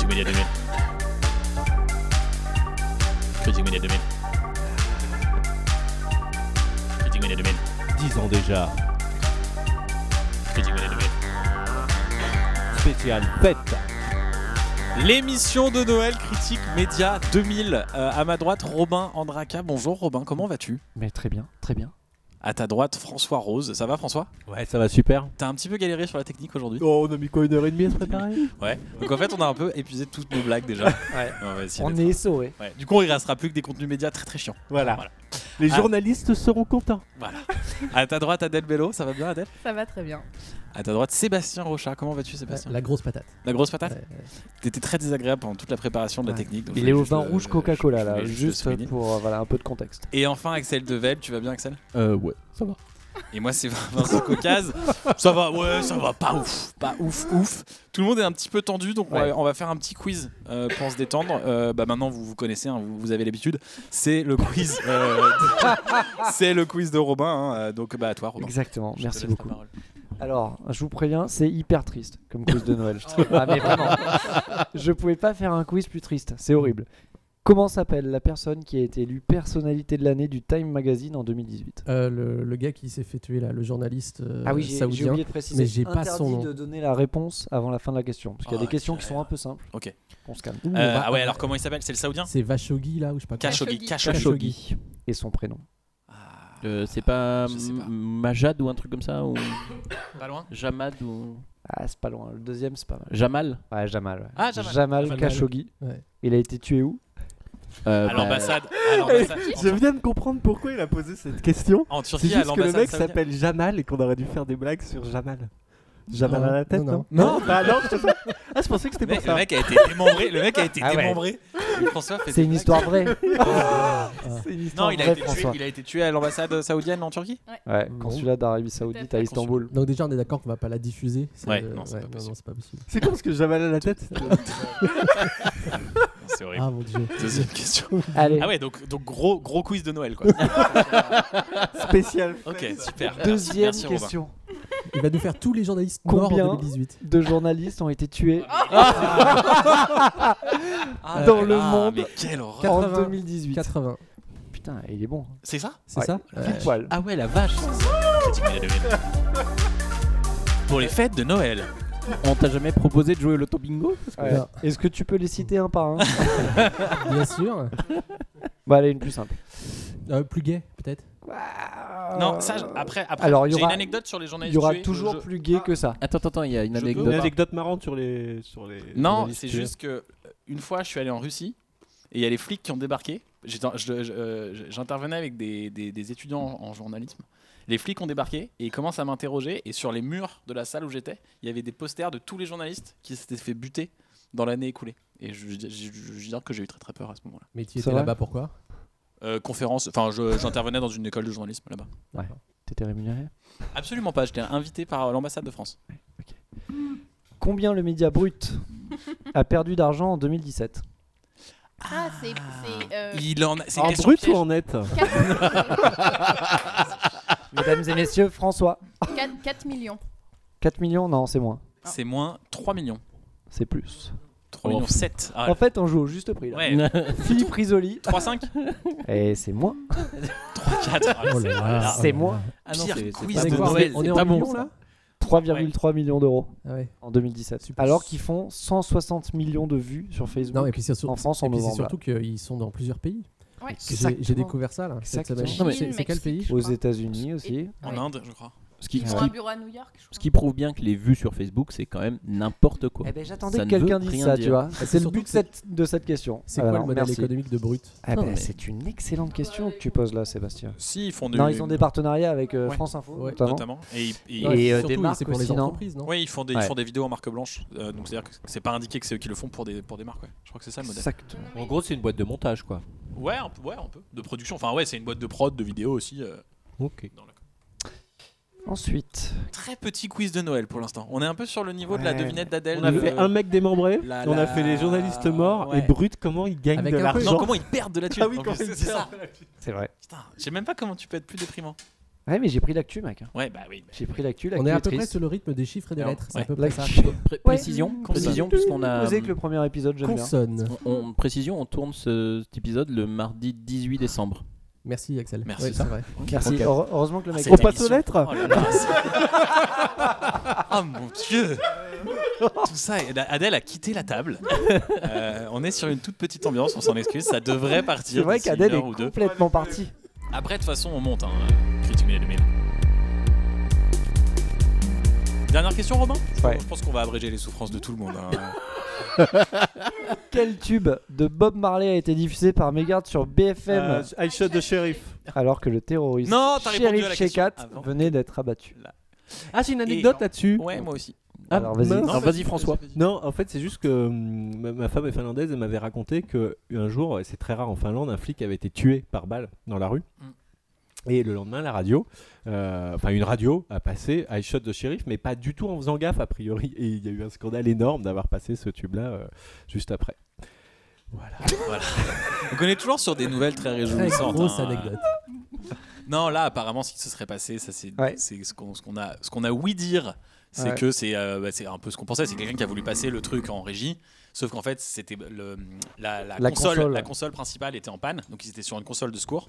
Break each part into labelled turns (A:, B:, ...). A: minute, une minute. Petite minute, une minute. Petite minute, une minute.
B: 10 ans déjà.
A: Petite minute, une minute.
B: Spécial fête.
A: L'émission de Noël Critique Média 2000. Euh, à ma droite, Robin Andraka. Bonjour Robin, comment vas-tu
C: Mais très bien, très bien.
A: À ta droite, François Rose. Ça va François
B: Ouais, ça va super.
A: T'as un petit peu galéré sur la technique aujourd'hui
B: Oh, on a mis quoi une heure et demie à se préparer
A: Ouais. Donc en fait, on a un peu épuisé toutes nos blagues déjà.
C: Ouais.
A: On va essayer
C: On
A: d'être-
C: est sauvé.
A: Ouais. Du coup, il restera plus que des contenus médias très très chiants.
B: Voilà.
A: Voilà.
B: Les
A: Ah.
B: journalistes seront contents.
A: Voilà. à ta droite, Adèle Bello. Ça va bien, Adèle
D: Ça va très bien.
A: À ta droite, Sébastien Rocha. Comment vas-tu, Sébastien
E: La grosse patate.
A: La grosse patate
E: Ouais, ouais.
A: T'étais très désagréable pendant toute la préparation de la
C: Ouais.
A: technique. donc je
C: Il est
A: voulais
C: au
A: juste
C: vin
A: le-
C: rouge
A: je-
C: Coca-Cola
A: je voulais
C: là,
A: le
C: juste
A: souligner.
C: pour euh, voilà un peu de contexte.
A: Et enfin, Axel Devel. Tu vas bien, Axel
B: Euh, ouais, ça va.
A: Et moi, c'est Vincent Caucase. ça va, ouais, ça va, pas ouf, pas ouf, ouf. Tout le monde est un petit peu tendu, donc on va-
C: Ouais.
A: on, va, faire un petit quiz euh, pour se détendre. Euh, bah maintenant, vous vous connaissez, hein, vous, vous avez l'habitude. C'est le quiz. euh, de- c'est le quiz de Robin. hein, euh, donc, bah à toi, Robin.
C: Exactement.
A: Je te
C: Merci
A: laisse la
C: beaucoup.
A: parole.
C: Alors, je vous préviens, c'est hyper triste comme quiz de Noël. je trouve. ah mais vraiment, je pouvais pas faire un quiz plus triste. C'est horrible. Comment s'appelle la personne qui a été élue personnalité de l'année du Time Magazine en 2018
E: Euh, le, le gars qui s'est fait tuer là, le journaliste euh,
C: Ah oui, j'ai- j'ai
E: saoudien.
C: oublié de préciser.
E: mais j'ai pas son
C: Interdit
E: nom.
C: de donner la réponse avant la fin de la question, parce qu'il y a
A: Oh,
C: des questions qui
A: putain.
C: sont un peu simples.
A: Ok.
C: On se calme.
E: Ouh, on
A: Euh,
E: va-
A: ah ouais, alors comment il s'appelle C'est le Saoudien
E: C'est Vachogi là ou je sais pas quoi.
D: Khashoggi.
A: Khashoggi. Khashoggi.
C: Khashoggi et son prénom.
A: Ah,
F: Euh, c'est pas,
A: Je sais
F: M-
A: pas.
F: Majad ou un truc comme ça ou
A: pas loin
F: Jamad ou
C: Ah, c'est pas loin. Le deuxième, c'est pas mal.
F: Jamal
C: Ouais, Jamal. ouais.
A: Ah, Jamal.
E: Jamal.
C: Khashoggi.
E: Ouais.
C: Il a été tué où
F: Euh,
A: À
F: bah,
A: l'ambassade. à l'ambassade-
B: Eh, Je viens de comprendre pourquoi il a posé cette question.
A: En
B: C'est
A: Turquie, à
B: juste que le
A: l'ambassade.
B: mec
A: saoudienne.
B: s'appelle Jamal et qu'on aurait dû faire des blagues sur Jamal. Jamal
E: Non,
B: à la tête,
E: non,
B: non
E: non.
B: bah non, je te Ah, je pensais que c'était
A: Le
B: pour
A: mec, le
B: ça.
A: mec a été démembré. Le mec a été
C: Ah ouais.
A: démembré. Et François fait
C: C'est
A: des
C: une
A: blagues.
C: histoire vraie.
F: Ah,
C: Ah.
B: C'est une histoire
A: Non, il a,
C: vraie,
A: été tué,
C: François.
A: il a été tué à l'ambassade saoudienne en Turquie
C: Ouais,
E: Non.
C: consulat d'Arabie Saoudite à
D: fait.
C: Istanbul.
E: Donc déjà on est d'accord qu'on va pas la diffuser. C'est, euh,
A: Ouais, non, c'est pas possible.
E: c'est pas possible.
B: C'est con parce que Jamal à la tête. c'était-
A: C'est horrible.
E: Ah mon dieu.
A: Deuxième question.
C: Allez,
A: Ah ouais, donc, donc gros, gros quiz de Noël quoi.
B: Spécial.
A: ok, super.
C: deuxième
A: Merci, Robin.
C: question.
E: Il va nous faire tous les journalistes
C: Combien
E: morts en 2018.
C: Deux journalistes ont été tués
A: Ah,
C: Dans
E: Euh,
A: mais-
C: le
A: ah,
C: monde.
A: Mais quelle horreur.
E: 80.
C: en 2018.
E: 80.
C: Putain, il est bon. hein.
A: C'est ça
E: C'est
C: Ouais.
E: ça
C: Pile poil.
F: Ah ouais la vache.
A: Critique Média 2000. Pour les fêtes de Noël.
F: On t'a jamais proposé de jouer au loto bingo
C: Ouais.
E: Non.
C: Est-ce que tu peux les citer un par un
E: Bien sûr.
C: Bah, allez, une plus simple.
E: Euh, plus gay peut-être.
A: Non, ça je- après, après
C: Alors, il y
A: j'ai
C: aura-
A: une anecdote sur les
C: Il
A: journalistes.
C: y aura
A: tués,
C: toujours
A: je-
C: plus gay que ça.
F: Attends attends attends, il y a une
A: Je peux
B: Une
A: Deux.
F: anecdote.
B: anecdote marrante sur les. Sur les
A: Non,
B: journalistes
A: c'est
B: tués.
A: juste que euh, une fois je suis allé en Russie et il y a les flics qui ont débarqué. J'étais en- je- je- euh, J'intervenais avec des, des- des étudiants en, en journalisme. Les flics ont débarqué et ils commencent à m'interroger. Et sur les murs de la salle où j'étais, il y avait des posters de tous les journalistes qui s'étaient fait buter dans l'année écoulée. Et je veux dire que j'ai eu très très peur à ce moment-là.
E: Mais tu
C: C'est
E: étais
C: vrai
E: là-bas pourquoi
A: Euh, conférence, enfin je- j'intervenais dans une école de journalisme là-bas.
C: T'étais rémunéré
A: Absolument pas, j'étais invité par euh, l'ambassade de France.
C: Combien le média brut a perdu d'argent en 2017
D: Ah, c'est. c'est, euh,
A: Il en a- Bah, c'est une
B: En
A: question-
B: brut ou en net
D: 4,
C: Mesdames et messieurs, François.
D: 4 millions.
C: 4 millions Non, c'est moins.
A: C'est moins 3 millions.
C: C'est plus.
A: 3
F: Oh.
A: millions 7.
C: En fait, on joue au juste prix. Là.
A: ouais,
C: Philippe Risoli.
A: 3,5
C: Et Eh, c'est moins.
A: 3,4.
E: Oh là là.
C: C'est moins.
F: Ah non,
A: Pire
F: c'est- c'est
A: quiz
F: pas
A: de
F: bon.
E: quoi
A: Noël,
E: On
F: c'est
E: est
F: pas
E: en
F: bon,
E: millions
F: ça.
E: là
C: 3,3 millions d'euros
E: Ah ouais.
C: en 2017. Alors qu'ils font 160 millions de vues sur Facebook.
E: Non, et puis c'est sur-
C: en France
E: et
C: en
E: puis c'est
C: novembre.
E: surtout qu'ils sont dans plusieurs pays.
D: Ouais.
E: J'ai- J'ai
C: Exactement.
E: découvert ça là cette
C: Exactement.
E: semaine.
C: Non,
D: mais-
E: C'est c'est quel pays
D: Mexique.
C: Aux États-Unis aussi.
A: En
D: Ouais.
A: Inde, je crois.
F: Ce qui,
D: Ils
F: ce
D: ont
F: qui-
D: un bureau à New York, je crois.
F: ce qui prouve bien que les vues sur Facebook c'est quand même n'importe quoi.
C: Eh ben, j'attendais
F: Ça
C: que
F: ne
C: quelqu'un
F: veut
C: dise
F: rien
C: ça,
F: dire.
C: tu vois. C'est le
E: surtout
C: but
E: que
C: de cette, de cette question.
E: C'est quoi le
C: Alors,
E: modèle
C: merci.
E: économique de Brut
C: Eh
F: Non,
C: ben,
F: mais-
C: C'est une excellente question que tu poses là, Sébastien.
A: Si, ils font des.
C: Non, ils ont des partenariats avec euh,
A: Ouais.
C: France Info,
E: Ouais.
C: notamment.
A: Notamment. Et, ils- ils-
C: Ouais. euh,
E: surtout,
C: des marques
E: c'est pour les
C: aussi, non
E: entreprises, non
A: Oui, ils font des, ils
C: Ouais.
A: font des vidéos en marque blanche. euh, donc c'est-à-dire que c'est pas indiqué que c'est eux qui le font pour des, pour des marques. Ouais. Je crois que c'est ça le modèle.
C: Exactement.
D: Non, mais-
F: gros c'est une boîte de montage quoi.
A: Ouais, on peut, ouais, on peut. De production. Enfin, ouais, c'est une boîte de prod, de vidéos aussi. euh,
F: Ok.
A: dans la-
C: Ensuite,
A: Très petit quiz de Noël pour l'instant. On est un peu sur le niveau de la
C: Ouais.
A: devinette d'Adèle.
B: On a
A: de-
B: fait un mec démembré,
A: La-
B: on a
A: la-
B: fait les journalistes morts,
A: Ouais.
B: et Brut, comment il gagne
E: Avec
B: de
E: un peu-
A: Non,
B: l'argent
A: comment ils perdent de la thune
B: Ah oui,
A: en
B: quand
A: plus,
B: ils
A: C'est ça.
C: c'est vrai.
A: Putain, je sais même pas comment tu peux être plus déprimant.
C: Ouais, mais j'ai pris l'actu, mec. hein.
A: Ouais, bah oui. bah,
C: J'ai pris l'actu, l'actu
E: On est à peu
C: triste.
E: près sur le rythme des chiffres et des
A: Alors,
E: lettres. C'est à
A: ouais.
E: peu près ça.
C: L'actu.
F: Pré- Précision, Mm. précision, puisqu'on a.
A: hum,
C: Posé que le premier épisode, j'aime bien.
E: Consonne.
F: on, on- précision, on tourne ce- cet épisode le mardi 18 décembre.
E: Merci Axel.
A: Merci.
E: Ouais, c'est vrai.
C: Merci.
F: Ok.
C: Heure- Heureusement que le
A: Ah,
C: mec.
A: c'est
B: On passe aux
A: émission.
B: lettres
A: Oh là là, c'est- Ah, mon dieu Tout ça, et la- Adèle a quitté la table. Euh, on est sur une toute petite ambiance, on s'en excuse. Ça devrait
C: C'est
A: partir
C: vrai
A: d'ici une
C: qu'Adèle est
A: heure ou deux.
C: complètement partie.
A: Après, de toute façon, on monte. Hein. Critique 1000 et 2000. Dernière question, Robin
B: Ouais.
A: Je pense qu'on va abréger les souffrances de tout le monde. hein.
C: Quel tube de Bob Marley a été diffusé par Megard sur BFM
B: Euh, I shot the sheriff.
C: alors que le terroriste
A: Non, t'as répondu à
C: Sheriff
A: la question
C: Shekat
A: avant.
C: venait d'être abattu
B: Ah, j'ai une
A: anecdote
B: anecdote là-dessus.
A: Ouais, moi aussi.
F: Ah,
C: Alors vas-y.
B: mince.
F: Alors, vas-y, François.
B: Non, en fait, c'est juste que hum, ma ma femme est finlandaise et m'avait raconté que un jour, et c'est très rare en Finlande, un flic avait été tué par balle dans la rue.
A: Mm.
B: Et le lendemain, la radio, euh, enfin une radio, a passé I shot the sheriff, mais pas du tout en faisant gaffe a priori. Et il y a eu un scandale énorme d'avoir passé ce tube-là euh, juste après. Voilà.
A: Donc, on est toujours sur des nouvelles très
E: Très
A: réjouissantes.
E: grosse
A: hein.
E: anecdote.
A: Non, là, apparemment, ce qui se serait passé, ça c'est
C: Ouais.
A: c'est ce qu'on ce qu'on a, ce qu'on a oui dire, c'est
C: Ouais.
A: que c'est euh, bah, c'est un peu ce qu'on pensait, c'est quelqu'un qui a voulu passer le truc en régie, sauf qu'en fait, c'était le- la, la
C: La
A: console,
C: console,
A: la
C: ouais.
A: console principale était en panne, donc ils étaient sur une console de secours,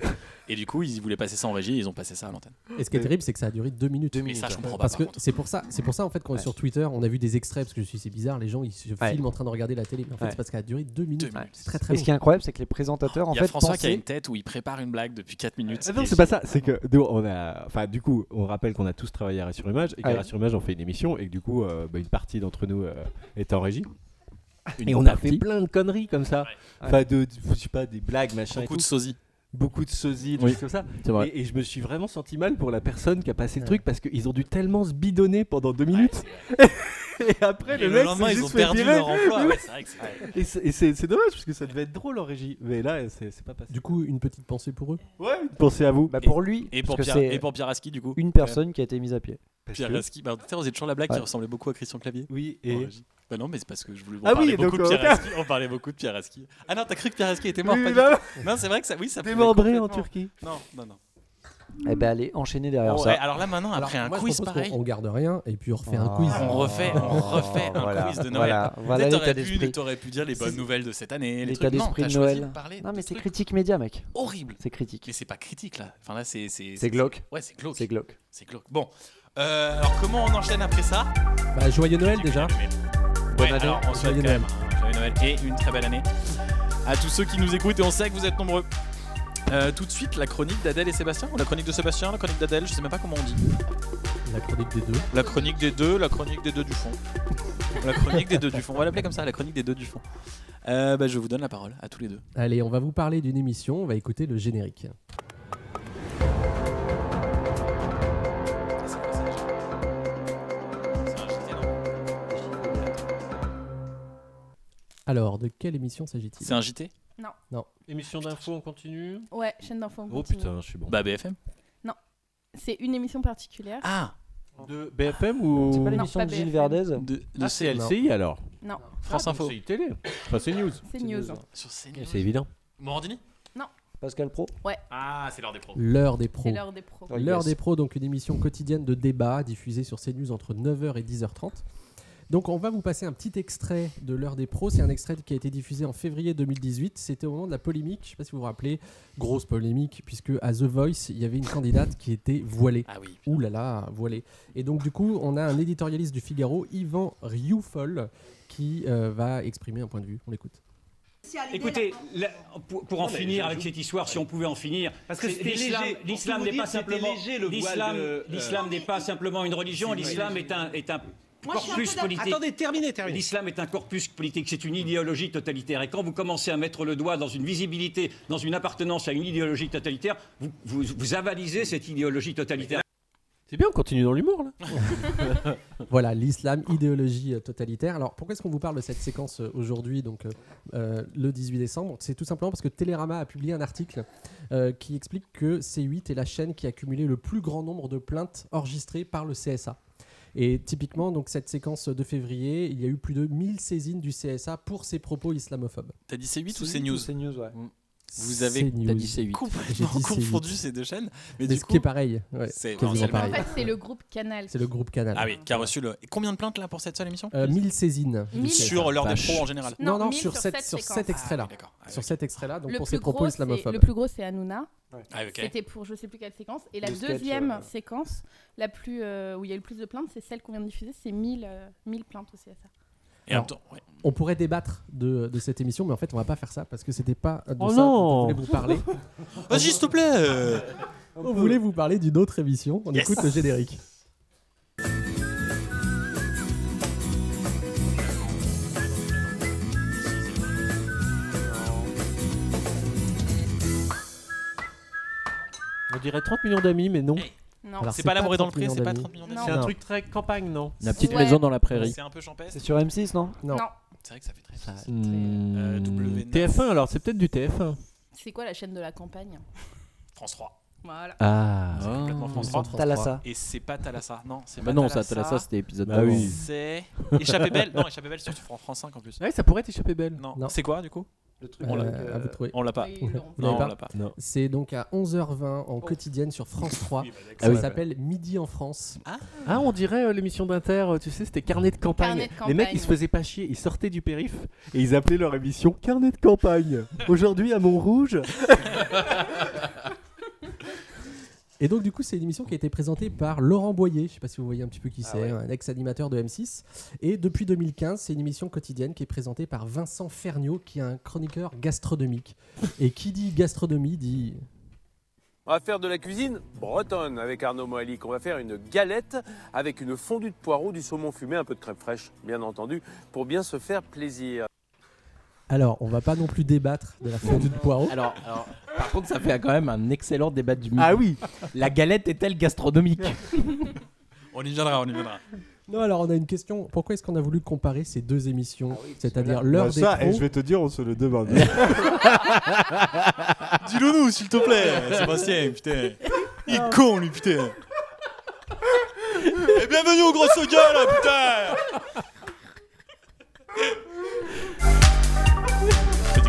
A: et du coup, ils voulaient passer ça en régie, ils ont passé ça à l'antenne.
E: Et ce
C: Euh,
E: qui est terrible, c'est que ça a duré deux minutes.
A: Deux Mais minutes, ça, je ouais. comprends pas,
E: Parce
A: par
E: que
A: contre.
E: c'est pour ça, c'est pour ça en fait qu'on est
C: Ouais.
E: sur Twitter, on a vu des extraits parce que je suis c'est bizarre, les gens ils se
C: Ouais.
E: filment en train de regarder la télé. Mais en fait,
C: Ouais.
E: c'est parce qu'elle a duré deux minutes.
A: Deux minutes.
E: C'est très très
C: Et ce
E: long.
C: qui est incroyable, c'est que les présentateurs en
A: Il y a
C: fait
A: François qui a
C: pensaient
A: une tête où il prépare une blague depuis 4 minutes.
B: Ah non,
A: et
B: c'est pas ça. C'est que nous, on a, enfin, du coup, on rappelle qu'on a tous travaillé à Rassure Image et qu'à
C: Ouais.
B: Rassure Image, on fait une émission et que du coup, euh, bah, une partie d'entre nous euh, est en régie.
A: une
B: Et on a
A: partie.
B: fait plein de conneries comme ça.
A: Ouais.
B: Enfin, de, de- je sais pas, des blagues, machin.
A: beaucoup
B: et
A: de
B: tout.
A: sosie.
B: beaucoup de sosies, des
F: Oui.
B: choses comme ça.
F: C'est vrai.
B: Et, et je me suis vraiment senti mal pour la personne qui a passé le
E: Ouais.
B: truc parce qu'ils ont dû tellement se bidonner pendant deux minutes. et après,
A: Et
B: le
A: le,
B: mec,
A: lendemain,
B: s'est
A: ils
B: juste
A: ont
B: fait
A: perdu
B: virer.
A: leur emploi. Ouais, c'est vrai que c'est-
B: Et c'est- et c'est c'est dommage parce que ça devait être drôle en régie. Mais là, c'est c'est pas passé.
E: Du coup, une petite pensée pour eux.
B: Ouais, pensez à vous.
C: bah, pour lui
A: Et pour,
C: parce que
A: Pierre,
C: c'est
A: et pour Pieraski, du coup.
C: une personne qui a été mise à pied.
B: Parce
A: Pierre
B: que-
A: Raski, bah, putain, on faisait toujours la blague qui
C: Ouais.
A: ressemblait beaucoup à Christian Clavier.
B: Oui, et.
A: Bah non, mais c'est parce que je voulais on
B: Ah oui,
A: parlait
B: donc,
A: beaucoup de
B: euh,
A: Pieraski. On parlait beaucoup de Pieraski. Ah non, t'as cru que Pieraski était mort
B: Oui,
A: pas du
B: bah,
A: tout. Non, c'est vrai que ça, oui, ça pouvait
B: démembré en
A: complètement-
B: Turquie.
A: Non, non, non.
C: Eh ben allez enchaîner derrière
A: Bon, Oh, ouais,
C: ça.
A: alors là, maintenant, après
E: Alors,
A: un
E: moi, je
A: quiz
E: propose qu'on-
A: pareil,
E: on garde rien et puis on refait un
C: Ah.
E: quiz.
A: on refait, on refait un
C: Voilà,
A: quiz de Noël.
C: Voilà, voilà
A: Peut-être
C: l'état
A: t'aurais pu,
C: d'esprit.
A: t'aurais pu dire les bonnes nouvelles de cette année, les
C: L'état
A: trucs. Non,
C: d'esprit
A: t'as
C: de
A: choisi
C: Noël.
A: de parler
C: Non
A: de
C: mais c'est
A: trucs
C: critique média mec,
A: horrible.
C: c'est critique.
A: Mais c'est pas critique là. Enfin là, c'est c'est
C: C'est glauque,
A: Ouais, c'est glauque.
C: c'est glauque.
A: C'est glauque. Bon, Euh, alors comment on enchaîne après ça
E: Bah, joyeux Noël déjà.
A: Bonne
C: année.
A: Alors, on souhaite
E: Joyeux
A: quand même un joyeux Noël et une très belle année à tous ceux qui nous écoutent et on sait que vous êtes nombreux. Euh, tout de suite, la chronique d'Adèle et Sébastien, ou la chronique de Sébastien, la chronique d'Adèle, je sais même pas comment on dit.
E: La chronique des deux.
A: La chronique des deux, la chronique des deux du fond. la chronique des deux du fond, on va l'appeler comme ça, la chronique des deux du fond. Euh, bah, je vous donne la parole à tous les deux.
E: Allez, on va vous parler d'une émission. On va écouter le générique.
A: C'est quoi ça C'est un JT, non
E: Alors, de quelle émission s'agit-il
A: C'est un JT
B: Émission d'info, on continue.
D: Ouais, chaîne d'enfants.
B: Oh
D: continue.
B: putain, je suis bon.
A: Bah BFM
D: C'est une émission particulière.
A: Ah
B: De BFM
C: C'est
B: ou
C: pas
D: Non,
C: l'émission
D: pas
C: de Gilles
D: BFM.
C: Verdez
A: De, de
B: Ah,
A: CL.
B: LCI alors
D: Non,
A: France
B: Ah,
A: Info.
B: donc C'est télé. Enfin, c'est news.
D: c'est news.
A: Sur
B: C'est
A: CNews.
B: évident.
A: Morandini
C: Pascal Pro
A: Ah, c'est l'heure des pros.
E: L'heure des
D: C'est
E: pros.
D: l'heure des pros.
C: Ouais.
E: L'heure
C: Yes.
E: des pros, donc une émission quotidienne de débat diffusée sur CNews entre 9h et 10h30. Donc on va vous passer un petit extrait de l'heure des pros. C'est un extrait qui a été diffusé en février 2018. C'était au moment de la polémique, je ne sais pas si vous vous rappelez, grosse polémique, puisque à The Voice, il y avait une candidate qui était voilée.
A: Ah oui.
E: Ouh là là, voilée. Et donc du coup, on a un éditorialiste du Figaro, Yvan Rioufol, qui euh, va exprimer un point de vue. On l'écoute.
G: Écoutez, la- pour, pour en finir avec cette histoire, si on pouvait en finir,
H: Parce que
G: c'est-
H: c'était
G: l'islam-
H: léger.
G: l'islam
H: Pour
G: n'est
H: vous
G: pas
H: dire, c'était
G: simplement
H: léger, le voile
G: l'islam-
H: de, euh,
G: l'islam n'est pas simplement une religion, l'islam est un est un corpus politique.
H: Attendez, terminez, terminez.
G: L'islam est un corpus politique, c'est une idéologie totalitaire. Et quand vous commencez à mettre le doigt dans une visibilité, dans une appartenance à une idéologie totalitaire, vous, vous, vous avalisez cette idéologie totalitaire.
B: C'est bien, on continue dans l'humour là.
E: Voilà, l'islam, idéologie euh, totalitaire. Alors, pourquoi est-ce qu'on vous parle de cette séquence euh, aujourd'hui, donc euh, euh, le 18 décembre C'est tout simplement parce que Télérama a publié un article euh, qui explique que C8 est la chaîne qui a cumulé le plus grand nombre de plaintes enregistrées par le CSA. Et typiquement, donc cette séquence de février, il y a eu plus de 1000 saisines du CSA pour ses propos islamophobes.
A: T'as dit C8 ou Mm.
C: C'est
A: CNews
C: news ouais.
A: Vous avez-
E: CNews.
F: T'as dit C8.
E: J'ai
A: complètement
E: dit C8.
A: confondu ces deux chaînes. Mais
E: Mais
A: du
E: ce qui
A: coup,
E: est pareil. ouais,
A: c'est-
E: quasiment
A: non, c'est le
E: pareil.
D: En fait, c'est le groupe Canal.
E: C'est le groupe Canal.
A: ah oui, qui a reçu le. Et combien de plaintes là pour cette seule émission
E: Euh, 1000 saisines.
D: Mille.
A: Sur l'heure des
F: Vache.
A: pros en général.
E: Non,
D: Non,
E: non,
D: mille
E: sur
D: sur
E: cet
D: cette
E: sur
D: séquence.
E: cet extrait-là.
A: D'accord. Ah,
E: Sur cet extrait-là, donc
D: Le
E: pour
D: plus
E: ses propos
D: gros, c'est-
E: islamophobes.
D: Le plus gros, c'est Hanouna.
A: Ah, ok.
D: C'était pour je sais plus quelle séquence. Et la
C: Le sketch,
D: deuxième
C: ouais.
D: séquence, la plus, euh, où il y a eu le plus de plaintes, c'est celle qu'on vient de diffuser. C'est 1000 euh, 1000 plaintes aussi à ça.
A: Et en même temps, ouais.
E: On pourrait débattre de, de cette émission, mais en fait, on va pas faire ça parce que c'était pas de
B: Oh
E: ça
B: non
E: dont on voulait vous parler.
A: Vas-y, s'il te plaît euh,
E: on voulait vous parler d'une autre émission. On
A: Yes.
E: écoute le générique.
B: On dirait 30 millions d'amis, mais non.
D: Non.
E: Alors,
A: C'est pas l'amour est dans le
E: 30
A: pré,
E: millions
A: c'est pas
E: d'amis.
A: 30 millions
D: Non.
B: C'est
A: d'amis.
B: un
E: Non.
B: truc très campagne, non
F: La petite
D: Ouais.
F: maison dans la prairie.
A: C'est un peu champêtre.
C: C'est sur M6, non
E: Non.
D: Non.
A: C'est vrai que ça fait très.
F: Ça-
A: Euh,
B: Hmm.
A: W9.
B: TF1, alors c'est peut-être du TF1.
D: C'est quoi la chaîne de la campagne
A: France 3.
D: Voilà.
F: Ah.
A: C'est
B: Mmh,
A: complètement France 3.
C: Talassa.
A: Et c'est pas Talassa. Non, c'est
F: Bah
A: pas
F: non, ça,
A: Thalassa.
F: ça c'était épisode
B: Bah
F: d'avant.
B: oui.
A: C'est. Échappée belle Non, Échappée belle sur sur France 5 en plus.
B: Ouais, ça pourrait échapper belle.
A: Non.
E: Non.
A: C'est quoi du coup
C: Le truc
A: On l'a-
C: avec,
E: Euh, à vous
C: euh,
E: de trouver.
A: On l'a pas.
D: Ils l'ont-
E: l'avez
A: Non,
E: pas
A: on l'a pas.
E: C'est donc à 11h20 en quotidienne sur France 3.
A: Oui, bah, d'accord.
E: Ça
B: oui.
E: s'appelle Midi en France.
B: Ah, on dirait euh, l'émission d'Inter, euh, tu sais, c'était carnet de campagne.
D: Carnet de
B: Les
D: campagne,
B: mecs, ils se
D: ouais.
B: faisaient pas chier, ils sortaient du périph et ils appelaient leur émission carnet de campagne. Aujourd'hui à Montrouge.
E: Et donc, du coup, c'est une émission qui a été présentée par Laurent Boyer. Je sais pas si vous voyez un petit peu
B: Ah
E: qui c'est, un ex-animateur de M6. Et depuis 2015, c'est une émission quotidienne qui est présentée par Vincent Ferniaud, qui est un chroniqueur gastronomique. Et qui dit gastronomie dit.
H: On va faire de la cuisine bretonne avec Arnaud Moalik. On va faire une galette avec une fondue de poireaux, du saumon fumé, un peu de crème fraîche, bien entendu, pour bien se faire plaisir.
E: Alors, on va pas non plus débattre de la fondue de poireaux.
F: Alors, alors, par contre, ça fait quand même un excellent débat du midi.
B: Ah oui,
F: La galette est-elle gastronomique
A: On y viendra, on y viendra.
E: Non, alors on a une question. Pourquoi est-ce qu'on a voulu comparer ces deux émissions C'est-à-dire
B: Bah,
E: l'heure des
B: ça,
E: pros-
B: et je vais te dire, on se le demande.
A: Dis-le nous, s'il te plaît, Sébastien, putain. Il est con, lui, putain. Et Eh, bienvenue au gros soga, là, putain.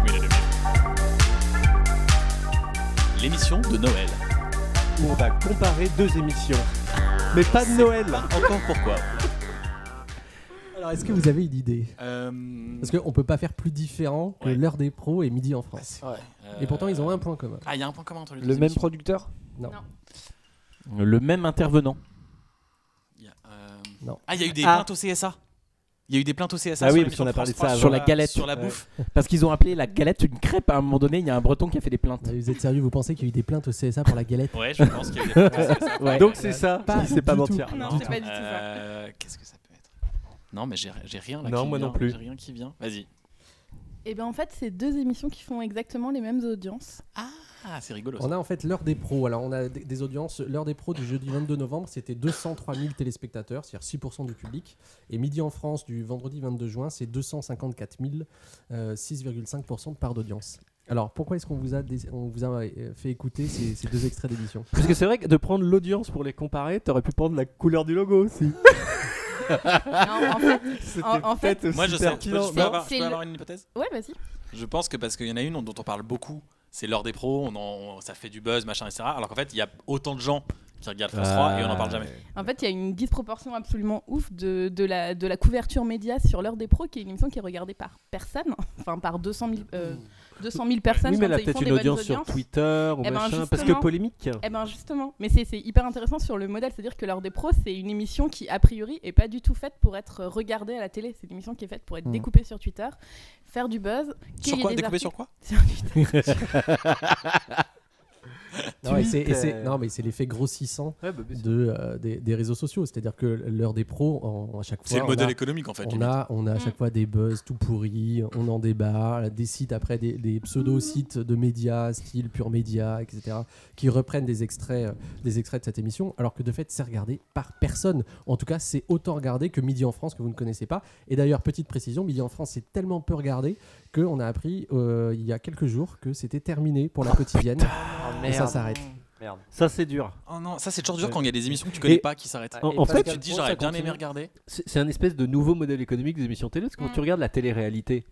A: L'émission de Noël.
B: on va comparer deux émissions. Mais pas de Noël.
A: Encore pourquoi
E: Alors est-ce que vous avez une idée Parce qu'on peut pas faire plus différent que
A: Euh, Ouais.
E: l'heure des pros et midi en France. Et pourtant ils ont un point commun.
A: Ah, il y a un point commun entre les deux.
C: Le même
A: émissions.
C: producteur
F: Le même intervenant.
A: Il y a, euh,
E: Non.
A: Ah, il y a eu des
B: Ah.
A: plaintes au CSA. Il y a eu des plaintes au CSA.
B: Ah
A: sur
B: oui,
A: les
B: parce qu'on a
A: émissions
B: parlé de
A: France
B: ça
A: trois,
F: avant.
A: la-
E: Ah,
F: Sur la galette.
A: Sur la
B: Ouais.
A: bouffe.
F: Parce qu'ils ont appelé la galette une crêpe. À un moment donné, il y a un breton qui a fait des plaintes.
E: Mais vous êtes sérieux Vous pensez qu'il y a eu des plaintes au CSA pour la galette
A: Ouais, je pense qu'il y a eu des plaintes au CSA.
F: Ouais.
B: Donc c'est ça,
E: Pas
B: il sait pas
E: du
B: mentir.
E: tout.
D: Non,
E: Du
D: c'est
E: tout.
D: pas du tout ça.
A: Euh, Qu'est-ce que ça peut être Non, mais j'ai j'ai rien là.
B: Non,
A: qui
B: moi
A: vient,
B: non plus.
A: J'ai rien qui vient. Vas-y.
D: Et bien Eh ben, en fait, c'est deux émissions qui font exactement les mêmes audiences.
A: Ah, c'est rigolo. Ça.
E: On a en fait l'heure des pros. Alors on a des des audiences. L'heure des pros du jeudi 22 novembre, c'était 203 000 téléspectateurs, c'est-à-dire 6% du public. Et midi en France du vendredi 22 juin, c'est 254 000, euh, 6,5% de part d'audience. Alors pourquoi est-ce qu'on vous a, dé- on vous a euh, fait écouter ces- ces deux extraits d'émission
B: Parce que c'est vrai que de prendre l'audience pour les comparer, t'aurais pu prendre la couleur du logo aussi.
D: Non, en fait,
B: C'était
D: En- en fait,
B: peut-être aussi
A: Moi, je sais. Je peux,
B: pertinent.
A: je peux
D: Non,
A: avoir, je
D: c'est
A: peux
D: le-
A: avoir une hypothèse
D: ouais, vas-y.
A: Je pense que parce qu'il y en a une dont on parle beaucoup, c'est l'heure des pros. On en- on- ça fait du buzz, machin, etc. Alors qu'en fait, il y a autant de gens qui regardent France 3 et on en
B: Ah,
A: parle jamais.
D: En fait, il y a une disproportion absolument ouf de, de la, de la couverture média sur l'heure des pros, qui est une émission qui est regardée par personne, enfin par 200 000, euh, 200 000 personnes.
B: Oui, mais elle
D: quand ils
B: a
D: font
B: peut-être
D: des
B: une
D: bonnes
B: audience sur
D: audiences.
B: Twitter ou
D: Eh ben,
B: machin,
D: justement.
B: parce que polémique.
D: Eh ben justement, mais c'est c'est hyper intéressant sur le modèle, c'est-à-dire que l'heure des pros, c'est une émission qui a priori est pas du tout faite pour être regardée à la télé, c'est une émission qui est faite pour
B: Hmm.
D: être
C: Mhm.
D: découpée sur Twitter, faire du buzz. qu'il
A: Sur
D: y ait
A: quoi
D: des
A: Découpé
D: articles-
A: sur quoi
D: sur Twitter.
E: Non, et c'est- et c'est-
B: Twitter.
E: non, mais c'est l'effet grossissant
B: euh. Ouais, bah, bien sûr.
E: de, euh, des, des réseaux sociaux. C'est-à-dire que l'heure des pros, en- à chaque fois.
A: C'est le
E: on
A: modèle
E: a-
A: économique en fait.
E: On
A: limite.
E: a, on a à chaque fois des buzz tout pourris, on en débat, des sites après, des, des pseudo-sites de médias, style pur média, etc., qui reprennent des extraits, euh, des extraits de cette émission, alors que de fait, c'est regardé par personne. En tout cas, c'est autant regardé que Midi en France, que vous ne connaissez pas. Et d'ailleurs, petite précision, Midi en France, c'est tellement peu regardé qu'on a appris euh, il y a quelques jours que c'était terminé pour la quotidienne.
A: Ah,
E: et ça s'arrête.
B: Ça c'est dur.
A: Oh non, ça c'est toujours dur quand il y a des émissions que tu connais
B: Et-
A: pas qui s'arrêtent.
B: En, en fait,
A: Tu te dis, j'aurais bien aimé regarder.
B: c'est c'est un espèce de nouveau modèle économique des émissions télé, parce que quand
D: Mm.
B: tu regardes la télé-réalité,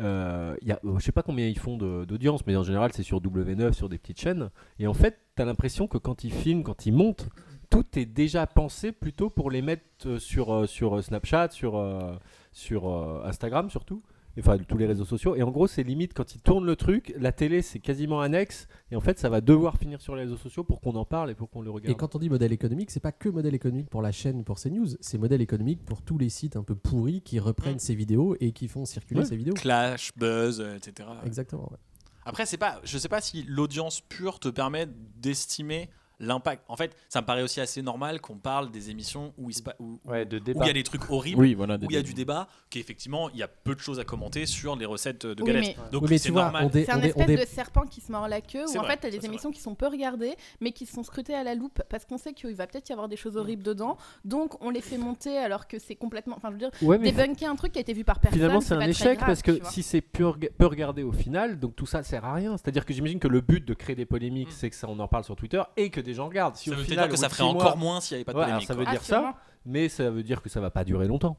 B: euh, il y a, euh, je sais pas combien ils font de- d'audience, mais en général, c'est sur W9, sur des petites chaînes. Et en fait, tu as l'impression que quand ils filment, quand ils montent, tout est déjà pensé plutôt pour les mettre euh, sur, euh, sur euh, Snapchat, sur, euh, sur euh, Instagram surtout. Enfin, tous les réseaux sociaux. Et en gros, c'est limite quand ils tournent le truc, la télé, c'est quasiment annexe. Et en fait, ça va devoir finir sur les réseaux sociaux pour qu'on en parle et pour qu'on le regarde.
E: Et quand on dit modèle économique, c'est pas que modèle économique pour la chaîne, pour CNews, c'est modèle économique pour tous les sites un peu pourris qui
A: Mm.
E: reprennent ces vidéos et qui font circuler
B: Ouais.
E: ces vidéos.
A: Clash, buzz, euh, etc.
E: Exactement. ouais.
A: Après, c'est pas, je sais pas si l'audience pure te permet d'estimer l'impact. En fait, ça me paraît aussi assez normal qu'on parle des émissions où il se pa- où-
F: Ouais, de
A: où il y a des trucs horribles.
F: Oui, voilà.
A: Où il y a du débat, qu'effectivement, il y a peu de choses à commenter sur les recettes de
D: Oui,
A: galettes.
D: mais-
A: Donc,
E: Oui, mais
A: c'est
E: tu vois,
A: normal.
E: on dé-
D: C'est un
E: on dé- on
D: espèce
E: dé-
D: de serpent qui se mord la queue
A: C'est
D: où en
A: vrai,
D: fait t'as
A: ça,
D: des
A: c'est
D: émissions qui sont peu regardées mais qui sont scrutées à la loupe parce qu'on sait qu'il va peut-être y avoir des
A: Mm.
D: choses horribles dedans donc on les fait monter alors que c'est complètement. Enfin je veux dire,
B: Ouais,
D: débunker un truc qui a été vu par personne.
B: Finalement, c'est un
D: pas très
B: échec
D: grave,
B: parce
D: tu
B: que
D: vois.
B: si c'est peu, rega- peu regardé au final, donc tout ça sert à rien. C'est-à-dire que j'imagine que le but de créer des polémiques,
A: Mm.
B: c'est que ça, on en parle sur Twitter et que des gens regardent. Si
A: ça
B: au
A: veut peut-être
B: final,
A: dire que
B: au
A: ça
B: bout de
A: ferait
B: six
A: encore
B: mois-
A: moins s'il n'y avait pas de
B: Ouais, alors
A: polémique.
B: ça veut
A: quoi.
D: Ah,
B: dire ça,
D: sûrement.
B: mais ça veut dire que ça va pas durer longtemps.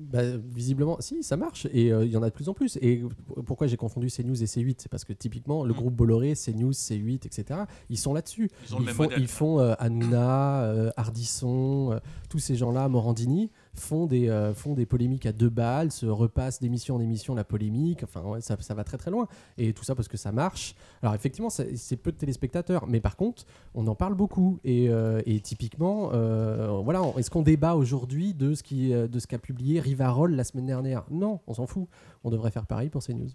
E: Bah, visiblement, si, ça marche. Et euh, il y en a de plus en plus. Et p- pourquoi j'ai confondu CNews et C8 C'est parce que typiquement, le
A: Mm.
E: groupe Bolloré, CNews, C8, etc., ils sont là-dessus.
A: Ils ont le même
E: font,
A: modèle.
E: ils font euh, Hanouna, euh, Ardisson, euh, tous ces gens-là, Morandini, font des, euh, font des polémiques à deux balles, se repassent d'émission en émission la polémique. Enfin, ouais, ça, ça va très très loin. Et tout ça parce que ça marche. Alors, effectivement, ça- c'est peu de téléspectateurs. Mais par contre, on en parle beaucoup et, euh, et typiquement euh, voilà on- est-ce qu'on débat aujourd'hui de ce qui euh, de ce qu'a publié Rivarol la semaine dernière non on s'en fout on devrait faire pareil pour CNews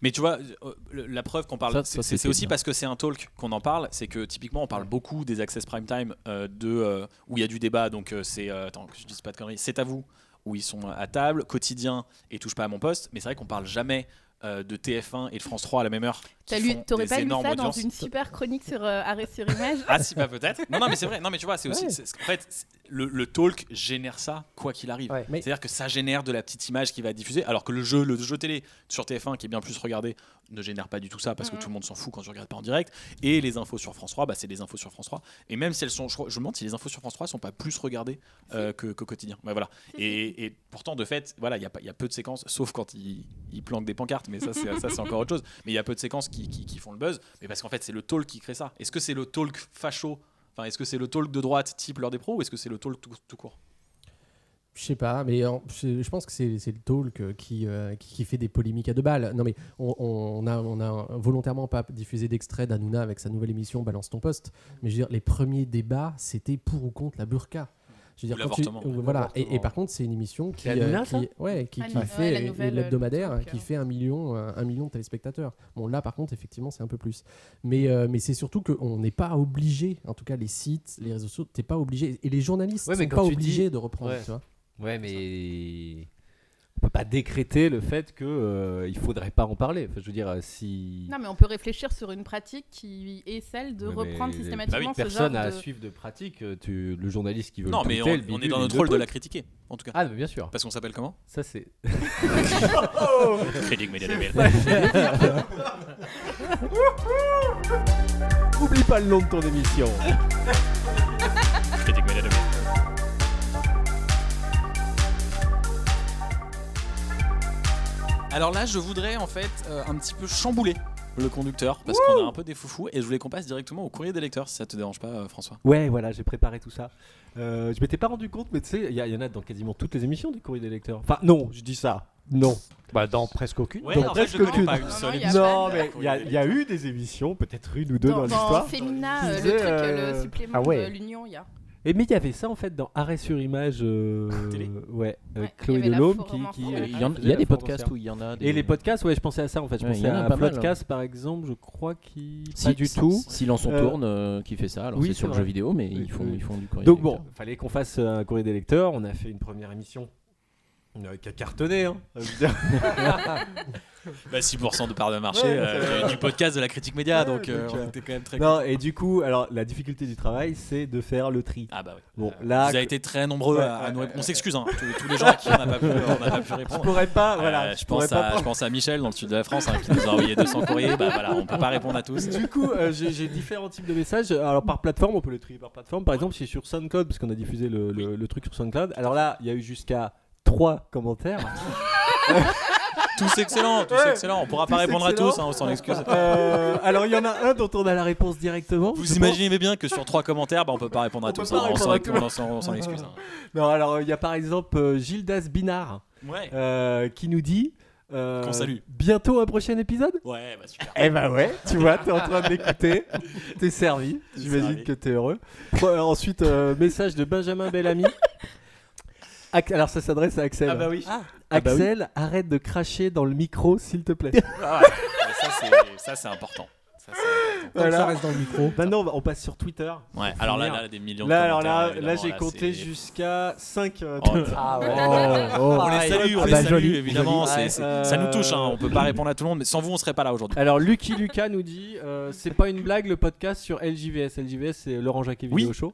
A: Mais tu vois, euh, le- la preuve qu'on parle,
F: Ça,
A: c'est-
F: ça,
A: c'est
F: c'était
A: c'est aussi
F: bien.
A: parce que c'est un talk qu'on en parle, c'est que typiquement on parle beaucoup des access prime time euh, de euh, où il y a du débat, donc euh, c'est euh, attends que je dise pas de conneries, c'est à vous où ils sont à table, quotidien et touche pas à mon poste, mais c'est vrai qu'on parle jamais euh, de TF1 et de France 3 à la même heure. qui
D: T'as lu-
A: font
D: T'aurais
A: des
D: pas lu ça
A: énormes
D: dans
A: audiences.
D: une super chronique sur euh, Arrêt sur Image
A: Ah si, bah peut-être. Non, non, mais c'est vrai. Non, mais tu vois, c'est aussi.
E: Ouais.
A: c'est- c'est- En fait, c'est- le, le talk génère ça, quoi qu'il arrive.
C: Ouais.
E: Mais-
A: C'est-à-dire que ça génère de la petite image qui va être diffusée, alors que le jeu, le jeu télé sur TF1, qui est bien plus regardé, ne génère pas du tout ça parce que
D: Mhm.
A: tout le monde s'en fout quand tu regardes pas en direct. Et les infos sur France 3, bah, c'est les infos sur France 3. Et même si elles sont, je, crois- je me demande si les infos sur France 3 sont pas plus regardées euh, que- qu'au quotidien. Ouais, voilà.
D: Si, si.
A: Et, et pourtant, de fait, voilà, il y, a pas- il y a peu de séquences, sauf quand ils ils planquent des pancartes, mais ça, c'est ça, c'est encore autre chose. Mais il y a peu de séquences qui, qui- qui font le buzz, mais parce qu'en fait, c'est le talk qui crée ça. Est-ce que c'est le talk facho Enfin, est-ce que c'est le talk de droite type l'heure des pros ou est-ce que c'est le talk tout, tout court
E: je sais pas mais en- je je pense que c'est c'est le talk euh, qui, euh, qui qui fait des polémiques à deux balles non mais on, on- on a on a volontairement pas diffusé d'extrait d'Anouna avec sa nouvelle émission Balance ton poste mais je veux dire les premiers débats c'était pour ou contre la burqa je veux
A: Ou
E: dire, quand tu-
A: l'avortement.
E: voilà. Et- Et,
B: L'avortement.
E: par contre, c'est une émission qui, euh,
B: C'est Hanouna,
E: qui-
B: ça
E: ouais, qui, qui
D: Hanouna, Ah, ouais,
E: fait
D: la nouvelle,
E: l'hebdomadaire,
D: le truc,
E: qui
D: euh.
E: fait un million, euh, un million de téléspectateurs. Bon, là, par contre, effectivement, c'est un peu plus. Mais, euh, mais c'est surtout qu'on n'est pas obligé, en tout cas, les sites, les réseaux sociaux, t'es pas obligé, et les journalistes
B: Ouais, mais
E: sont
B: quand
E: pas
B: tu dis-
E: obligés de reprendre.
B: Ouais.
E: tu vois.
B: Ouais, mais on peut pas décréter le fait que euh, il faudrait pas en parler. Enfin, je veux dire, euh, si
D: Non, mais on peut réfléchir sur une pratique qui est celle de
B: Ouais,
D: reprendre
B: mais-
D: systématiquement
B: bah oui,
D: ce genre
B: personne à
D: de.
B: suivre de pratique. euh, Tu, le journaliste qui veut
A: Non,
B: le
A: mais on,
B: tweeter, le
A: on est
B: bidule,
A: dans
B: il
A: notre
B: le
A: rôle de
B: tweet.
A: la critiquer, en tout cas.
B: Ah, mais bien sûr.
A: Parce qu'on s'appelle comment
B: Ça c'est.
A: Critique Média
B: Oublie pas le nom de ton émission.
A: Critique Média Alors là, je voudrais en fait euh, un petit peu chambouler le conducteur parce qu'on a un peu des foufous et je voulais qu'on passe directement au courrier des lecteurs si ça te dérange pas, euh, François.
B: Ouais, voilà, j'ai préparé tout ça. Euh, je m'étais pas rendu compte, mais tu sais, il y, a- il y en a dans quasiment toutes les émissions du courrier des lecteurs. Enfin, non, je dis ça. Non.
C: Bah, dans presque aucune.
B: Donc, en fait, je presque connais pas
D: une seule Il y a
B: Non,
D: pas de-
B: mais il y, a- il y a eu des émissions, peut-être une ou deux
D: Dans,
B: dans,
D: dans
B: l'histoire.
D: Femina,
B: Qui
D: euh, le
B: disait,
D: truc, euh,
B: euh,
D: le supplément
C: ah ouais.
D: de l'Union, il y a.
B: Et mais il y avait ça en fait dans Arrêt sur image. euh,
A: Télé.
B: Ouais, avec
D: il y
B: Chloé
D: avait la
B: Delhomme qui.
D: forum
B: qui-
D: enfant.
B: euh,
D: Il
F: Il y, en-
B: faisait
F: il y a
B: la
F: des
B: forum
F: podcasts
B: enfant.
F: où il y en a. Des...
B: Et les podcasts, ouais, je pensais à ça en fait. Je
F: Ouais,
B: pensais
F: il y en a
B: à
F: pas mal, hein.
B: Floodcast par exemple, je crois qu'il.
F: Si-
B: Pas du
F: si-
B: tout.
F: Silence on
B: Euh,
F: tourne euh, qui fait ça. Alors
B: oui,
F: c'est
B: c'est
F: sur le
B: vrai.
F: jeu vidéo, mais
B: Oui,
F: ils, font,
B: oui.
F: ils font du courrier.
B: Donc
F: des
B: bon,
F: lecteurs.
B: fallait qu'on fasse euh, un courrier des lecteurs. On a fait une première émission euh, qui a cartonné. Hein. Euh, je veux dire,
A: Bah 6% de part de marché
B: Ouais,
A: euh, du podcast de la critique média,
B: Ouais,
A: donc, euh,
B: donc, euh,
A: on était quand même très.
B: non, et du coup, alors la difficulté du travail, c'est de faire le tri.
A: Ah bah oui.
B: Bon,
A: Euh,
B: là,
A: vous avez été très nombreux
B: Ouais,
A: à, à
B: ouais,
A: nous
B: ouais,
A: répondre. On
B: ouais.
A: s'excuse, hein, tous, tous les gens à qui on n'a pas, pu- on n'a pas pu
B: Je
A: répondre.
B: pourrais pas,
A: Euh,
B: voilà.
A: je,
B: pourrais
A: pense
B: pas
A: à, je
B: prendre.
A: pense à Michel dans le sud de la France hein, qui nous a envoyé 200 courriers. Bah voilà, on peut pas répondre à tous.
B: Du coup, euh, j'ai j'ai différents types de messages. Alors, par plateforme, on peut le trier par plateforme. Par exemple, c'est sur SoundCloud, parce qu'on a diffusé le, le- le truc sur SoundCloud. Alors là, il y a eu jusqu'à 3 commentaires.
A: Tous excellents, tous
B: Ouais.
A: excellents. On pourra pas
B: Tous
A: répondre à tous,
B: excellents.
A: hein, on s'en excuse.
B: Euh, alors il y en a un dont on a la réponse directement. je
A: Vous
B: pense.
A: imaginez bien que sur trois commentaires, bah, on peut pas répondre à
B: On peut
A: tous.
B: pas
A: hein, on s'en-
B: répondre à tout.
A: on s'en- on s'en excuse. hein.
B: Non, alors euh, il y a par exemple euh, Gildas Binard
A: Ouais.
B: euh, qui nous dit. euh,
A: Qu'on salue.
B: Bientôt un prochain épisode
A: Ouais, bah super.
B: Eh bah ouais, tu vois, t'es en train de l'écouter, t'es servi, j'imagine
A: servi.
B: que t'es heureux. Bon, euh, ensuite, euh, message de Benjamin Bellamy. Ac- alors ça s'adresse à Axel.
A: Ah bah oui.
B: Ah bah oui. Axel, arrête de cracher dans le micro, s'il te plaît.
A: Ah ouais. Mais ça, c'est- ça, c'est important. Ça, c'est important.
E: Tant que ça
B: Voilà.
E: reste dans le micro.
B: Maintenant, on va- on passe sur Twitter.
A: Ouais, alors là, là, des millions de
B: Là, alors
A: commentaires,
B: là, là
A: évidemment,
B: j'ai compté
A: c'est-
B: jusqu'à 5.
A: Oh,
C: Ah ouais.
A: On les salue, on
B: Ah
A: les
B: bah,
A: salue,
B: joli,
A: évidemment.
B: joli.
A: c'est- c'est- Ça nous touche, hein,
B: Euh,
A: on peut pas répondre à tout le monde, mais sans vous, on serait pas là aujourd'hui.
B: Alors, Lucky Lucas nous dit euh, c'est pas une blague le podcast sur LJVS. LJVS, c'est Laurent Jacquet
A: Oui.
B: Vidéo Show.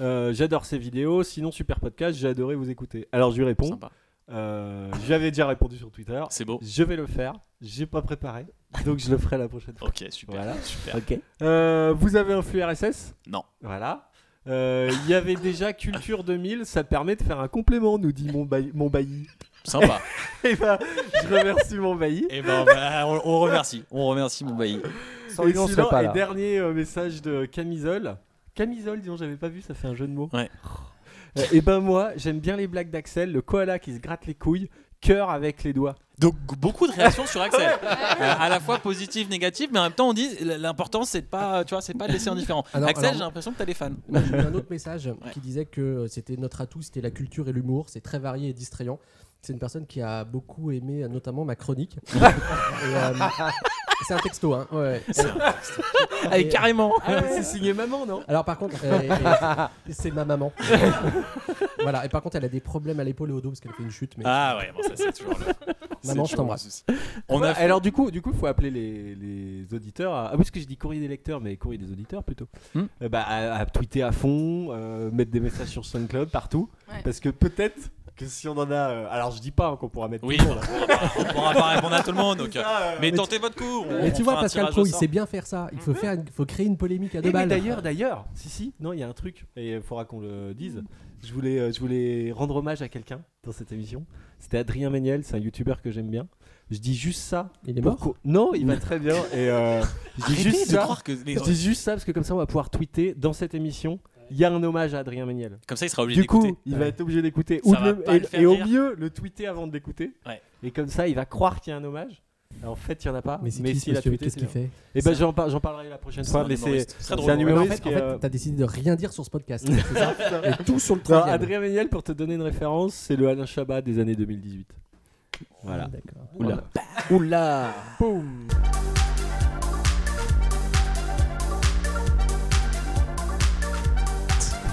B: Euh, J'adore ses vidéos, sinon super podcast, j'ai adoré vous écouter. Alors, je lui réponds
A: Sympa.
B: euh, j'avais déjà répondu sur Twitter,
A: C'est beau.
B: je vais le faire, j'ai pas préparé, donc je le ferai la prochaine fois.
A: Ok, super.
B: Voilà.
A: super.
B: Euh, vous avez un flux RSS
A: Non.
B: Voilà. Euh, Il y avait déjà Culture 2000, ça permet de faire un complément, nous dit mon, bailli- mon bailli.
A: Sympa.
B: Eh ben, je remercie mon bailli.
A: Et ben, bah, on, on remercie. On remercie mon bailli.
C: Sans
B: et
C: lui, on
B: sinon,
C: serait pas
B: et
C: là.
B: dernier euh, message de Camisole. Camisole, disons, j'avais pas vu, ça fait un jeu de mots.
A: Ouais.
B: Euh, et ben moi, j'aime bien les blagues d'Axel, le koala qui se gratte les couilles, cœur avec les doigts.
A: Donc, beaucoup de réactions sur Axel. Euh, à la fois positive, négative, mais en même temps, on dit l'important, c'est de pas, tu vois, c'est pas de laisser indifférent.
E: Alors-
A: Axel,
E: alors-
A: j'ai l'impression que t'as des fans.
E: Moi, j'ai eu un autre message qui disait que euh, c'était notre atout, c'était la culture et l'humour, c'est très varié et distrayant. C'est une personne qui a beaucoup aimé euh, notamment ma chronique. Et, euh, c'est un texto, hein. ouais.
B: Ah,
E: Et-
B: carrément C'est signé maman, non
E: Alors par contre, euh, et- et- c'est ma maman. voilà. Et par contre, elle a des problèmes à l'épaule et au dos parce qu'elle a fait une chute. Mais
A: Ah ouais, bon, ça, c'est toujours le. c'est
E: maman, je
A: toujours
E: t'embrasse.
A: le souci. On a fait-
B: Alors du coup, du coup, faut appeler les, les auditeurs. À... Ah oui, parce que je dis courrier des lecteurs, mais courrier des auditeurs plutôt.
A: Hmm.
B: Euh, bah, à, à tweeter à fond, euh, mettre des messages sur SoundCloud partout,
D: Ouais.
B: parce que peut-être que si on en a, euh, alors je dis pas hein, qu'on pourra mettre.
A: Oui,
B: tout le
A: on
B: monde, hein.
A: pourra pas- on pourra pas répondre à tout le monde. donc, euh,
B: Ça, euh,
A: Mais
E: Mais
A: tentez votre coup. on-
E: Mais
A: on
E: tu vois,
A: fera un
E: Pascal
A: tirage
E: Pro,
A: au
E: il
A: sort. Mhm.
E: sait bien faire ça. Il faut, faire une- faut créer une polémique à
B: Eh,
E: deux
B: mais
E: balles.
B: d'ailleurs, d'ailleurs, si si, non, il y a un truc et il faudra qu'on le dise. Je voulais, euh, je voulais rendre hommage à quelqu'un dans cette émission. C'était Adrien Méniel, c'est un youtubeur que j'aime bien. Je dis juste ça.
E: Il est
B: pour
E: mort.
B: qu'au- Non, il va très bien. Et euh, je dis
A: Arrêtez
B: juste
A: de
B: ça.
A: croire que les-
B: Je dis juste ça parce que comme ça on va pouvoir tweeter dans cette émission. Il y a un hommage à Adrien Méniel.
A: Comme ça, il sera obligé
B: Du
A: d'écouter.
B: coup, il va
E: Ouais.
B: être obligé d'écouter
A: Ça
B: ou
A: va
B: de-
A: pas
B: et,
A: le faire
B: et au
A: rire.
B: mieux le tweeter avant de l'écouter.
A: Ouais.
B: Et comme ça, il va croire qu'il y a un hommage. Alors, en fait, il y en a pas.
E: Mais c'est
B: mais
E: qui ce
B: s'il a
E: monsieur
B: tweeté,
E: Qu'est-ce
B: c'est
E: qu'il
B: bien.
E: fait
B: Eh ben, j'en par- j'en parlerai la prochaine
A: C'est
B: fois.
A: un
B: mais c'est
A: humoriste. Très
B: c'est un
A: drôle.
E: Mais en
B: humoriste
E: fait,
B: qui
E: en
B: est,
E: fait,
B: euh,
E: t'as décidé de rien dire sur ce podcast. c'est ça et tout sur le
B: Non,
E: troisième.
B: Adrien Méniel, pour te donner une référence, c'est le Alain Chabat des années 2018. Voilà.
E: Ah, D'accord.
B: Oula.
E: Oula.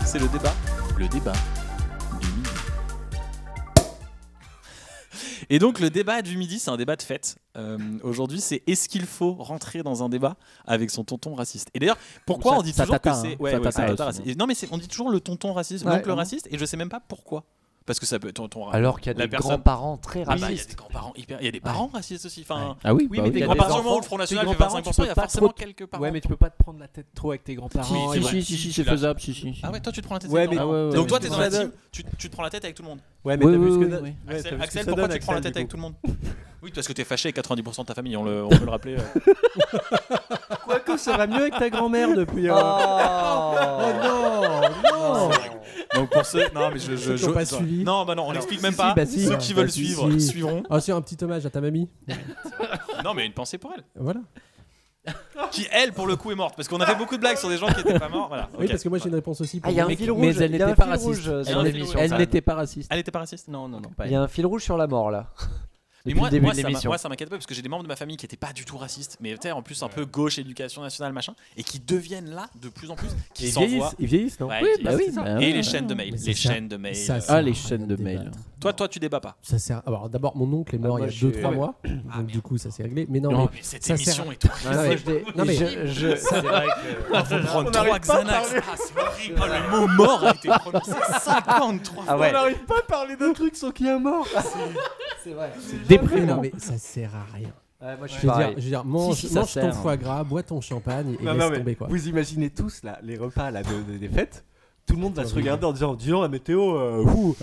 A: C'est le débat. Le débat du midi. Et donc le débat du midi, c'est un débat de fête. Euh, Aujourd'hui, c'est est-ce qu'il faut rentrer dans un débat avec son tonton raciste Et d'ailleurs, pourquoi
E: Ça-
A: on dit
E: ça
A: toujours que
E: tata, hein.
A: c'est ouais,
E: Ça
A: ouais,
E: tata
A: ça tata
E: aussi,
A: raciste. Et Non, mais c'est- on dit toujours le tonton raciste,
C: Ouais,
A: l'oncle
C: vraiment.
A: raciste, et je sais même pas pourquoi. Parce que ça peut tonton raciste.
C: Alors qu'il y a
A: La
C: des
A: personne-
C: grands-parents très
A: Ah bah, il y a des
C: racistes.
A: grands-parents hyper, il y a des parents racistes aussi. Enfin,
F: Ah oui,
B: Oui,
F: bah
B: mais
F: oui.
B: des
A: à
B: grands-
A: partir du
B: enfants,
A: moment où le Front National
B: tes
A: fait
B: grands-parents, tu
A: 25%, il y
B: peux
A: a
B: pas
A: forcément
B: trop-
A: quelques parents.
B: Ouais, mais tu peux pas te prendre la tête trop avec tes grands-parents.
A: Si,
B: et-
A: si,
F: Si, si, si, c'est
A: là.
F: faisable, si, si. si.
A: Ah ouais, toi tu te prends la tête.
B: Ouais,
A: avec
B: mais-
A: les parents.
F: Ah ouais, ouais,
A: Donc
F: ouais.
A: toi t'es dans la
B: Ça
A: team, tu, tu te prends la tête avec tout le monde.
B: Ouais,
F: Oui,
B: mais t'as vu
F: oui,
B: ce que
F: oui,
B: da-
F: oui.
B: ouais, t'as
A: Axel,
B: vu ce que
A: Axel,
B: ça
A: pourquoi
B: donne,
A: tu te prends la
B: Axel,
A: tête avec
B: du
A: tout le monde Oui, parce que t'es fâché avec 90% de ta famille, on, le, on peut le rappeler. euh.
B: coup Quoique, ça va mieux avec ta grand-mère depuis.
A: Oh,
B: Oh, euh,
E: non, non.
A: Donc pour ceux. Non, mais je. je,
E: Ceux qui
A: je
E: ont pas suivi.
A: Non, bah non, on n'explique même
E: si,
A: pas.
E: bah si.
A: ceux
E: Ah,
A: qui
E: bah
A: veulent
E: si,
A: suivre
E: si.
A: suivront.
E: Ah, c'est un petit hommage à ta mamie.
A: Non, mais une pensée pour elle.
E: Voilà.
A: Qui, elle, pour le coup, est morte. Parce qu'on a fait beaucoup de blagues sur des gens qui étaient pas morts. Voilà.
E: Oui,
A: ok.
E: parce que moi j'ai une réponse aussi. Pour
C: Ah, il y a
E: vous.
C: un
E: Mais-
C: fil rouge.
E: mais-
F: elle
C: il y a
F: n'était
C: un
F: pas
C: fil
F: raciste.
C: rouge, euh,
A: Elle
C: sur
A: en est
C: l'émission.
A: venue au
F: Elle
A: Ça-
F: n'était pas raciste.
A: Elle était pas raciste Non, non, non.
C: Il y a un fil rouge sur la mort là.
A: Mais
C: Depuis
A: moi,
C: le début
A: moi,
C: de
A: ça m'a-
C: l'émission.
A: moi, ça m'inquiète pas parce que j'ai des membres de ma famille qui étaient pas du tout racistes, mais tu sais, en plus un peu gauche, éducation nationale, machin, et qui deviennent là de plus en plus, qui
B: Ils
A: s'envoient.
B: vieillissent, ils vieillissent, non
A: Ouais,
F: Oui,
A: qui-
F: bah oui. bah
A: Et
F: ouais.
A: les chaînes de mail.
E: Mais
A: Les
E: c'est ça.
A: chaînes de mail.
E: Ça,
A: euh,
E: c'est-
F: Ah, les
E: Ça sert à
F: chaînes de
E: rien de
F: mail.
E: débattre.
A: Toi, toi, tu débats pas.
E: Ça sert. Alors d'abord, mon oncle est mort
C: Ah,
E: il
C: moi,
E: y
C: je
E: a
C: suis-
E: 2-3
C: ouais.
E: mois. Donc du coup, ça s'est réglé. Mais non,
A: Non,
E: mais
A: mais cette
E: ça sert
A: émission
E: à-
A: est
C: Non, mais
A: horrible.
C: je-
E: Non, mais-
C: je- je- c'est vrai que-
A: Il Ah, faut prendre
B: Euh, On n'arrive pas
A: trois
B: à
A: Xanax. Ah, c'est horrible. Oh, le mot mort a été prononcé 53
C: Ah
A: fois.
C: ouais.
B: On n'arrive pas à parler de trucs sans qu'il y a un mort.
C: C'est vrai.
E: Mais
C: Déprimant.
E: non, mais ça sert à rien.
C: Ouais, moi, je
E: Je
C: suis
E: veux dire,
C: pareil.
E: je veux dire, mange,
F: Si, si, ça
E: mange ton
F: sert.
E: foie gras, bois ton champagne et
B: Non,
E: laisse
B: non, mais
E: tomber quoi.
B: vous imaginez tous là, les repas là, de- de- des fêtes. Tout le monde va se regarder en disant, disons la météo, euh, ouh.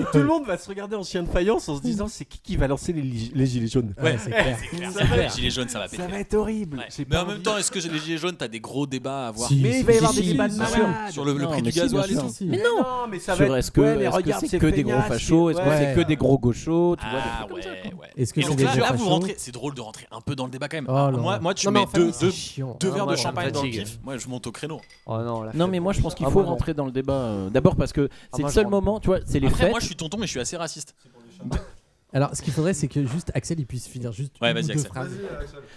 B: Et tout le monde va se regarder en chien de faïence en se disant, c'est qui qui va lancer les, li- les gilets jaunes
E: Ouais, c'est clair.
A: Ça va, les gilets jaunes, ça va péter.
B: Ça va être horrible.
A: Ouais.
B: J'ai
A: Mais
B: pas
A: en même
B: envie.
A: temps, est-ce que les gilets jaunes, t'as des gros débats à avoir
E: Si,
B: Mais
E: si,
B: il va y
E: si,
B: avoir
E: si,
B: des débats de
E: si,
B: malades.
A: sur le, le
F: Non, mais
A: prix du
F: si,
A: gasoil
F: bien
A: et
F: sûr.
A: tout
E: Si.
D: Mais non
B: mais ça
F: Sur est-ce que
B: Ouais, mais
F: est-ce que
B: regarde,
F: c'est
B: ces
F: que des gros
B: feignasses,
F: fachos Est-ce que
B: ouais.
F: c'est que des gros gauchos Tu vois, des
A: Ah
F: trucs comme ça,
A: ouais,
F: quoi.
A: ouais.
E: Est-ce que
A: Et
E: c'est
A: donc
E: des
A: là,
E: gros
A: là, vous
E: fachos
A: rentrez. C'est drôle de rentrer un peu dans le débat quand même.
E: Oh
A: Ah,
E: là là.
A: moi, moi, tu
E: Non, mais
A: mets
E: en
A: deux,
E: famille,
A: deux-
E: c'est chiant.
A: deux
E: Ah,
A: verres
F: moi,
A: de
F: ça me
A: champagne dans le
F: fatigue.
A: kiff. Moi, je monte au créneau.
C: Oh non, la
F: Non,
C: fête,
F: mais moi je pense qu'il
C: Ah,
F: faut
C: moi, non.
F: rentrer dans le débat. euh, D'abord parce
B: Ah,
F: que c'est
C: moi, je
F: le seul
C: rentre.
F: moment, tu vois, c'est les
A: Après,
F: fêtes.
A: moi, je suis tonton, mais je suis assez raciste.
E: Alors, ce qu'il faudrait, c'est que juste Axel, il puisse finir juste
A: Ouais,
E: une ou
A: vas-y,
E: deux
A: Axel.
E: phrases.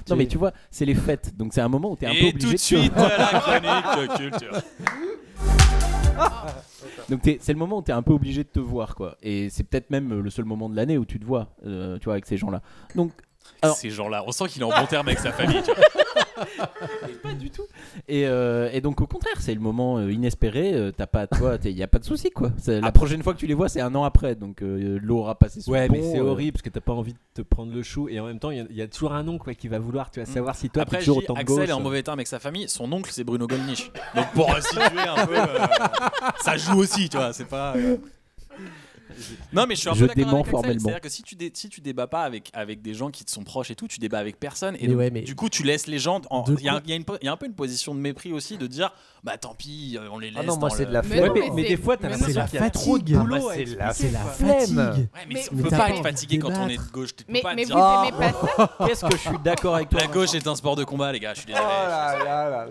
F: Non, mais tu vois, c'est les fêtes. Donc c'est un moment où t'es un peu
A: Et
F: obligé
A: tout de
F: te-
A: suite, la chronique culture.
F: Donc t'es- c'est le moment où t'es un peu obligé de te voir, quoi. Et c'est peut-être même euh, le seul moment de l'année où tu te vois, euh, tu vois, avec ces gens-là. Donc Alors-
A: Ces gens-là, on sent qu'il est en bon terme avec sa famille. tu vois.
F: pas du tout. Et, euh, et donc au contraire, c'est le moment euh, inespéré. euh, T'as pas, toi, il y a pas de souci, quoi. C'est- La prochaine fois que tu les vois, c'est un an après. Donc euh, l'eau aura passé. Sous
B: Ah, Ouais,
F: le
B: mais
F: pont,
B: c'est
F: euh,
B: horrible parce que t'as pas envie de te prendre le chou et en même temps, il y a- il y, a toujours un oncle quoi, qui va vouloir tu vas
A: Mm.
B: savoir si toi t'es
A: Après,
B: toujours
A: je dis,
B: autant de
A: Axel
B: gauche.
A: est en mauvais terme avec sa famille. Son oncle, c'est Bruno Gollnisch. Donc pour euh, situer un peu, euh, ça joue aussi, tu vois. C'est pas. euh, Non, mais je suis un
F: Je
A: peu d'accord
F: dément
A: avec Axel.
F: formellement.
A: C'est-à-dire que si tu, dé- si tu débats pas avec, avec des gens qui te sont proches et tout, tu débats avec personne. Et
E: Mais
A: donc,
E: ouais, mais-
A: du coup, tu laisses les gens. en-
E: De
A: Il y, a
E: coup-
A: un- il y a une po- il y a un peu une position de mépris aussi de dire bah tant pis, euh, on les laisse.
C: Ah non, moi
A: dans
C: c'est
A: le-
C: de la
D: Mais
B: Ouais,
C: flemme.
D: non,
B: mais, mais
D: c'est-
B: des fois, t'as
D: mais non,
E: C'est
B: l'impression
E: la
B: qu'il y a trop de
E: fatigue.
B: boulot
E: Bah,
B: à
E: c'est
B: expliquer,
E: la- C'est la
B: quoi.
E: fatigue.
A: Ouais, mais,
D: Mais-
A: on
D: mais
A: peut
E: t'as
A: pas
E: pas
A: être
E: envie
A: fatigué
E: de
A: quand on est de
E: débattre.
A: gauche. Tu peux
D: Mais,
A: pas
D: mais vous
A: dire. Ah
D: aimez pas ça
F: Qu'est-ce que je suis d'accord avec toi.
A: La gauche est un sport de combat, les gars. Je suis
B: Oh
A: désolé.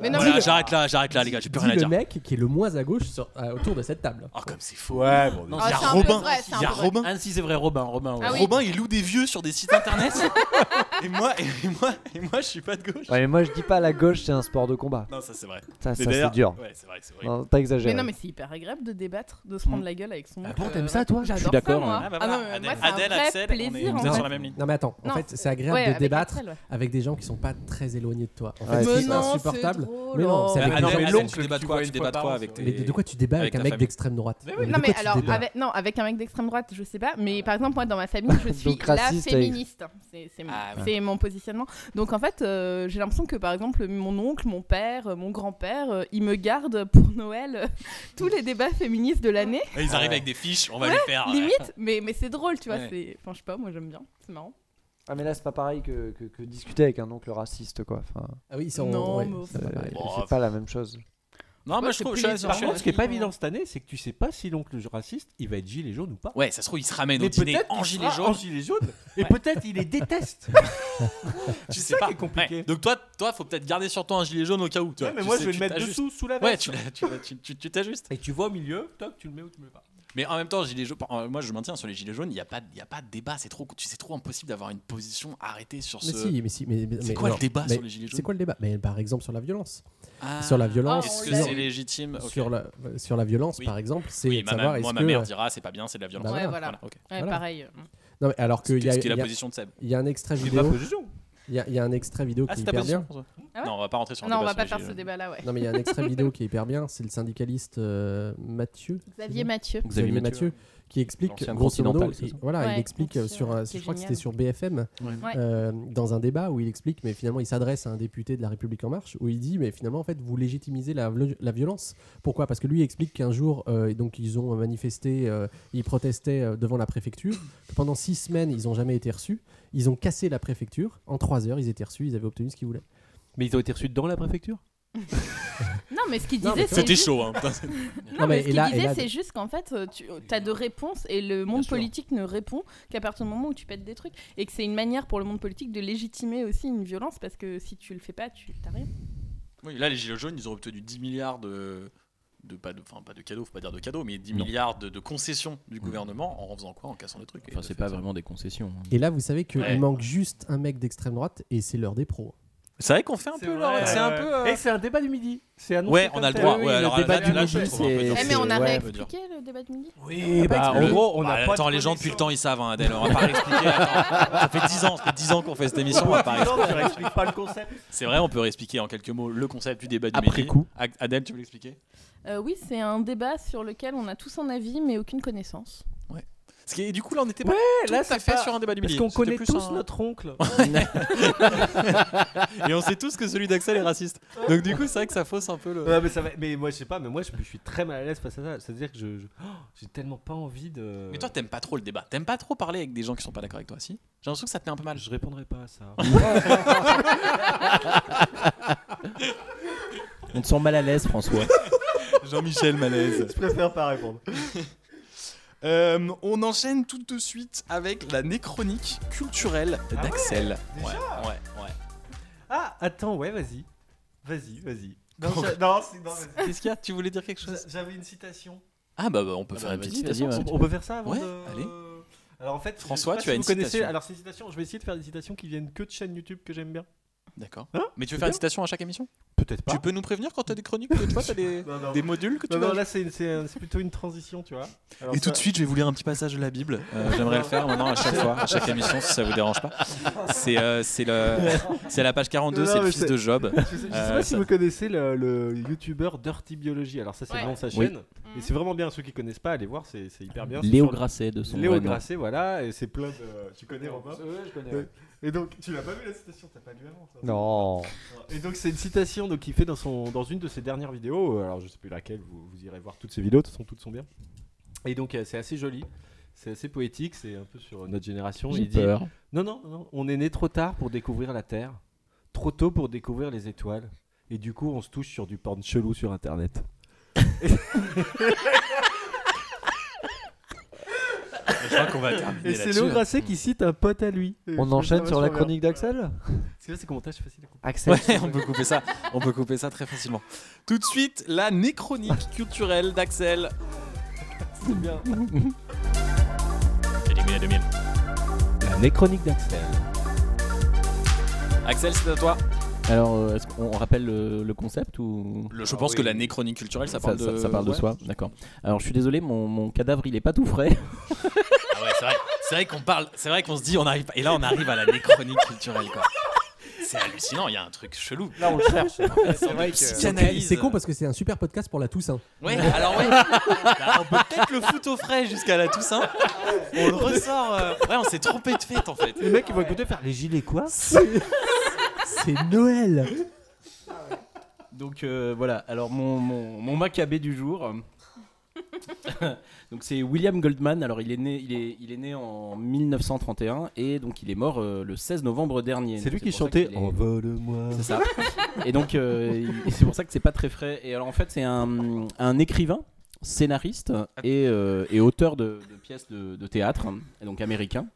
D: Mais non,
A: Voilà,
D: mais-
A: j'arrête là, j'arrête là, les gars. J'ai plus
E: Dis
A: rien à
E: le
A: dire.
E: mec qui est le moins à gauche sur- euh, autour de cette table.
A: Oh, comme c'est faux.
B: Ouais, bon,
D: Ah,
A: il y a
D: c'est un peu
A: Robin.
D: vrai, c'est un
A: il y a
D: peu vrai.
A: Robin.
F: Ah si, c'est vrai, Robin, Robin. ouais.
D: Ah oui.
A: Robin, il loue des vieux sur des sites internet. et moi, et moi, et moi, je suis pas de gauche.
C: Ouais, mais moi je dis pas la gauche c'est un sport de combat.
A: Non, ça c'est vrai.
C: Ça, ça,
A: Mais
C: c'est
A: d'ailleurs-
C: dur.
A: Ouais, c'est vrai, c'est vrai.
C: Non, T'as
D: Mais
C: exagéré.
D: non, mais c'est hyper agréable de débattre,
E: Mm.
D: de se prendre la gueule avec son
E: Ah
D: oncle.
F: bon, t'aimes
D: Euh,
F: ça, toi Je suis
D: J'adore ça,
F: d'accord,
D: moi.
F: ouais.
A: Ah, bah
D: Ah non, mais
A: voilà, Adèle,
D: moi, c'est un
A: Adèle,
D: vrai
A: Axel, on est-
D: plaisir,
A: on
D: en
A: est
D: fait.
A: sur la même ligne.
E: Non mais attends, en
D: Non.
E: fait c'est agréable
D: Ouais,
E: de
D: avec
E: débattre
D: Axel, ouais.
E: avec des gens qui sont pas très éloignés de toi. En
C: Ouais,
E: fait,
C: c'est
E: c'est
D: Mais non,
E: insupportable.
D: drôle.
E: Mais non, c'est
A: Adèle,
E: avec un
A: Adèle,
E: mec-
A: Adèle, tu débats de quoi Tu débats de quoi avec
E: Mais de,
A: tes.
E: de quoi tu débats avec,
A: Avec ta
E: un mec
A: famille.
E: d'extrême droite
A: Mais oui,
E: De
D: Non mais
E: quoi tu
D: alors
E: débats
D: avec non avec un mec d'extrême droite je sais pas mais par exemple moi dans ma famille je suis
C: Donc,
D: la
C: raciste et-
D: féministe c'est c'est mon,
A: Ah, ouais.
D: c'est mon positionnement donc en fait euh, j'ai l'impression que par exemple mon oncle mon père euh, mon grand père ils me gardent pour Noël euh, tous les débats féministes de l'année
A: Ils arrivent avec des fiches, on va
D: Ouais,
A: les faire. ouais.
D: limite mais mais c'est drôle tu vois
A: Ouais.
D: c'est enfin je sais pas moi j'aime bien c'est marrant
C: Ah mais là c'est pas pareil
D: euh,
C: que, que, que discuter avec un oncle raciste quoi. Enfin,
E: Ah oui, ils sont
D: Non,
E: ouais,
D: mais au
E: c'est pas
C: euh,
E: pareil.
A: Bon,
C: c'est
A: euh,
C: pas la même chose.
A: Non, moi
D: Ouais,
A: je
D: c'est
A: trouve.
D: plus
A: je suis-
D: les
A: je
B: Par
A: suis-
B: contre, ce qui est pas évident cette année, c'est que tu sais pas si l'oncle raciste, il va être gilet jaune ou pas.
A: Ouais, ça se trouve, ils se ramènent au
B: Mais
A: dîner
B: peut-être
A: en
B: qu'il
A: gilet
B: sera
A: jaune.
B: En gilet jaune. Et peut-être il les déteste.
A: Tu sais
B: ça
A: pas.
B: qui est compliqué.
A: Ouais. Donc toi, toi, faut peut-être garder sur toi un gilet jaune au cas où. tu vois.
B: Ouais, mais
A: Tu
B: moi
A: sais,
B: je vais le
A: tu
B: mettre
A: t'ajustes.
B: dessous, sous la
A: Ouais,
B: veste.
A: tu l'as- tu l'as- tu- tu- tu t'ajustes.
B: Et tu vois au milieu, toc, tu le mets ou tu le mets pas.
A: Mais en même temps, gilet jaune, par- euh, moi je maintiens sur les gilets jaunes, il n'y a, pas- il y a pas de débat, c'est trop, tu sais, trop impossible d'avoir une position arrêtée sur
E: Mais
A: ce.
E: si, mais si, mais, mais-
A: C'est
E: mais
A: quoi
E: alors,
A: le débat
E: mais
A: sur les gilets jaunes
E: C'est quoi le débat Mais par exemple sur la violence,
A: Ah.
E: sur la violence,
A: Est-ce
D: on
A: que
D: l'a
A: c'est
D: eu.
A: légitime Ok.
E: sur la sur la violence
A: Oui.
E: par exemple, c'est
A: Oui,
E: de
A: ma,
E: savoir
A: ma-
E: est-ce
A: moi,
E: que
A: ma mère dira c'est pas bien, c'est de la violence.
E: Bah
D: ouais
E: voilà.
D: voilà,
A: Voilà, ok.
D: Ouais,
E: Voilà.
D: pareil euh,
E: non mais alors qu'il
A: Ce qui
E: y a
A: ce qui est
E: il y
A: la
E: a-
A: position de Seb.
E: il y a un extrait
B: C'est ma
E: vidéo,
B: position.
E: il y a- il y a un extrait vidéo
B: Ah,
E: qui est
B: c'est ta
E: hyper bien.
B: position. François.
D: Ah ouais
A: Non, on va pas rentrer sur un
D: non on va
A: débat
D: pas
A: sur
D: faire
A: les
D: ce
A: gilets
D: débat Bah là ouais
E: Non mais il y a un extrait vidéo qui est hyper bien, c'est le syndicaliste euh, Mathieu.
D: Xavier Mathieu
E: Xavier Mathieu, qui explique
F: L'ancien
E: grosso modo,
F: continental, c'est
E: il-
F: ça
E: voilà, il
D: Ouais,
E: explique euh,
D: Mathieu,
E: sur, euh,
D: qui est
E: je crois que
D: génial.
E: c'était sur BFM,
D: Ouais.
E: euh, dans un débat où il explique, mais finalement il s'adresse à un député de La République en Marche, où il dit, mais finalement en fait vous légitimisez la, vlo- la violence. Pourquoi Parce que lui il explique qu'un jour, euh, et donc ils ont manifesté, euh, ils protestaient euh, devant la préfecture, que pendant six semaines ils n'ont jamais été reçus, ils ont cassé la préfecture, en trois heures ils étaient reçus, ils avaient obtenu ce qu'ils voulaient.
B: Mais ils ont été reçus dans la préfecture
D: non mais ce qu'il
E: Non, mais
D: disait c'est
E: toi,
A: C'était
D: juste-
A: chaud, hein. putain, c'est-
D: Non, mais, ce qu'il
E: là-
D: disait,
E: là-
D: c'est juste qu'en fait, euh, tu as deux réponses et le monde
E: sûr.
D: politique ne répond qu'à partir du moment où tu pètes des trucs. Et que c'est une manière pour le monde politique de légitimer aussi une violence parce que si tu le fais pas, tu t'as rien.
A: Oui, là, les gilets jaunes, ils ont obtenu 10 milliards de. De pas de, enfin, pas de cadeaux, faut pas dire de cadeaux, mais 10
F: Non.
A: milliards de, de concessions du
E: Mm.
A: gouvernement en faisant quoi En cassant des trucs.
F: Enfin,
A: Et
F: c'est
A: de
F: pas
A: faire ça.
F: vraiment des concessions. hein.
E: Et là, vous savez qu'il
A: Ouais.
E: manque juste un mec d'extrême droite et c'est l'heure des pros.
A: C'est vrai qu'on fait un peu. là, ouais, C'est un peu. euh,
B: Et c'est un débat du midi. C'est annoncé
A: Ouais,
B: comme
A: on a le
B: tel.
A: droit.
F: Oui,
A: ouais,
F: le
A: alors,
F: débat
A: là,
F: du
A: là, je
F: midi,
A: trouve un peu
F: c'est-
A: dur.
D: Eh, mais on a
A: Ouais.
D: réexpliqué le débat de midi
F: Ah,
B: Oui, bah, en
A: Le-
B: gros, on
A: bah,
B: n'a pas.
A: Attends,
B: de
A: les gens depuis
B: connexion.
A: le temps ils savent, hein, Adèle, on va pas réexpliquer. attends. Ça fait 10 ans, ça fait 10 ans qu'on fait cette émission, on va pas
B: Par exemple, je leur explique pas le concept.
A: C'est vrai, on peut réexpliquer en quelques mots le concept du débat du
F: Après
A: midi.
F: coup.
A: Ad- Adèle, tu veux l'expliquer
D: Euh, Oui, c'est un débat sur lequel on a tous un avis mais aucune connaissance.
A: Ce qui est- du coup, là, on n'était pas tout
F: là,
A: à
F: c'est
A: fait
F: pas-
A: sur un débat du
B: Parce
A: midi.
B: qu'on
A: C'était
B: connaît
A: plus
B: tous
A: un-
B: notre oncle.
A: Et on sait tous que celui d'Axel est raciste. Donc, du coup, c'est vrai que ça fausse un peu le.
B: Ouais, mais, ça va- mais moi, je sais pas, mais moi, je, je suis très mal à l'aise face à ça. C'est-à-dire que je, je- oh, j'ai tellement pas envie de.
A: Mais toi, t'aimes pas trop le débat. T'aimes pas trop parler avec des gens qui sont pas d'accord avec toi, si J'ai l'impression que ça te met un peu mal.
B: je répondrai pas à ça.
F: On te sent mal à l'aise, François.
A: Jean-Michel Malaise.
B: je préfère pas répondre.
A: Euh, on enchaîne tout de suite avec la nécronique culturelle d'Axel. ouais, ouais, ouais.
B: Ah, attends, ouais, vas-y. Vas-y, vas-y. Non,
A: Bon.
B: j'a- non, c'est- non, vas-y.
A: Qu'est-ce qu'il y a Tu voulais dire quelque chose
B: J'a- j'avais une citation.
A: Ah bah, bah, on peut faire
F: bah,
A: une petite
F: vas-y, vas-y,
A: citation.
F: ouais.
A: si
B: On,
A: tu
B: on peut faire ça avant
A: Ouais,
B: de-
A: allez.
B: Alors en fait, je
A: François,
B: sais pas
A: tu
B: si
A: as
B: vous
A: une
B: connaissez-
A: citation.
B: Alors ces citations, je vais essayer de faire des citations qui viennent que de chaînes YouTube que j'aime bien.
A: veux. D'accord.
B: Hein
A: Mais tu veux
B: C'est
A: faire une
B: bien.
A: citation à chaque émission
B: Peut-être
A: Tu peux nous prévenir quand t'as des chroniques que toi t'as des,
B: Non, non.
A: des modules que tu
B: Non,
A: vas
B: non, là c'est, une- c'est un- c'est plutôt une transition, tu vois. Alors,
A: Et
B: ça-
A: tout de suite, je vais vous lire un petit passage de la Bible. Euh, J'aimerais le faire maintenant à chaque fois, à chaque émission, si ça vous dérange pas. C'est euh, c'est le- c'est la page 42,
B: Non,
A: c'est le
B: mais
A: fils
B: c'est-
A: de Job.
B: Je sais, je sais
A: Euh,
B: pas si
A: ça-
B: vous connaissez le, le youtubeur Dirty Biology. Alors ça c'est
D: Ouais.
B: le nom de sa
F: Oui.
B: chaîne. Et c'est vraiment bien ceux qui connaissent pas, allez voir, c'est, c'est hyper bien. C'est
F: Léo
B: sur-
F: Grasset de son
B: Léo
F: vrai nom.
B: Grasset, voilà, et c'est plein de. euh, Tu connais Robin
C: je connais.
B: ouais. Et donc tu l'as pas vu la citation, t'as pas lu avant. ça.
C: Non.
B: Et donc c'est une citation donc qu'il fait dans son dans une de ses dernières vidéos. euh, Alors je sais plus laquelle. Vous, vous irez voir toutes ses vidéos. De toute façon toutes sont bien. Et donc euh, c'est assez joli. C'est assez poétique. C'est un peu sur notre génération.
F: J'ai
B: Il dit
F: peur.
B: non non non. On est né trop tard pour découvrir la Terre. Trop tôt pour découvrir les étoiles. Et du coup on se touche sur du porn chelou sur Internet.
A: Je crois qu'on va terminer
B: Et c'est
A: là-dessus.
B: Léo Grasset qui cite un pote à lui. Et je
C: On
B: trouve ça
C: enchaîne sur la
B: vachement bien.
C: chronique d'Axel
B: C'est c'est montage facile.
C: Axel.
A: Ouais, on peut couper ça. On peut couper ça très facilement. Tout de suite, la nécronique culturelle d'Axel. C'est bien. J'ai des mille à deux mille.
B: La nécronique d'Axel.
A: Axel, c'est à toi.
F: Alors, euh, est-ce qu'on on rappelle le, le concept ou
A: je
B: Ah
A: pense que la nécronique culturelle, ça parle de.
F: ça parle de soi D'accord. Alors, je suis désolé, mon, mon cadavre, il est pas tout frais.
A: Ah ouais, c'est vrai. C'est vrai qu'on parle. C'est vrai qu'on se dit, on arrive. pas- Et là, on arrive à la nécronique culturelle, quoi. C'est hallucinant. Il y a un truc chelou.
B: Là on le cherche.
A: C'est vrai que.
E: C'est c'est con parce que c'est un super podcast pour la Toussaint.
A: Ouais, alors ouais. Bah, on peut peut-être le foutre au frais jusqu'à la Toussaint. On le ressort. euh, Ouais, on s'est trompé de fête en fait.
B: Les mecs ils vont écouter faire les gilets quoi
E: C'est Noël
F: Donc euh, voilà, alors mon, mon, mon Maccabée du jour. donc c'est William Goldman. Alors il est né, il est, il est né en 1931 et donc il est mort euh, le 16 novembre dernier.
B: C'est
F: Donc,
B: lui qui
F: pour ça
B: chantait
F: qu'il est-
B: Envole-moi.
F: C'est ça. et donc euh, il- c'est pour ça que c'est pas très frais. Et alors en fait c'est un, un écrivain, scénariste et, euh, et auteur de, de pièces de, de théâtre, hein, et donc américain.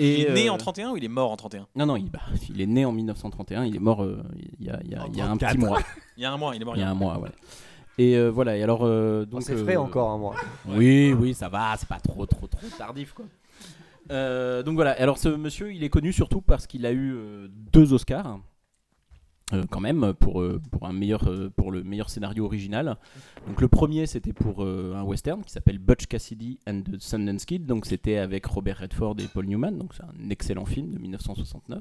A: Il est né
F: euh,
A: en 31 ou il est mort en 31
F: Non non, il, bah, il est né en 1931. Il est mort euh, il y a, il y a- il y a un petit mois.
A: Il y a un mois, il est mort.
F: Il y a un mois, ouais. Et euh, voilà, et alors. euh, donc,
C: c'est
F: euh,
C: frais encore, hein, moi.
F: Oui, oui, ça va, c'est pas trop, trop, trop tardif, quoi. Euh, donc voilà, alors ce monsieur, il est connu surtout parce qu'il a eu euh, deux Oscars. euh, quand même pour, euh, pour, un meilleur, euh, pour le meilleur scénario original. Donc le premier c'était pour euh, un western qui s'appelle Butch Cassidy and the Sundance Kid. Donc c'était avec Robert Redford et Paul Newman. Donc c'est un excellent film de 1969.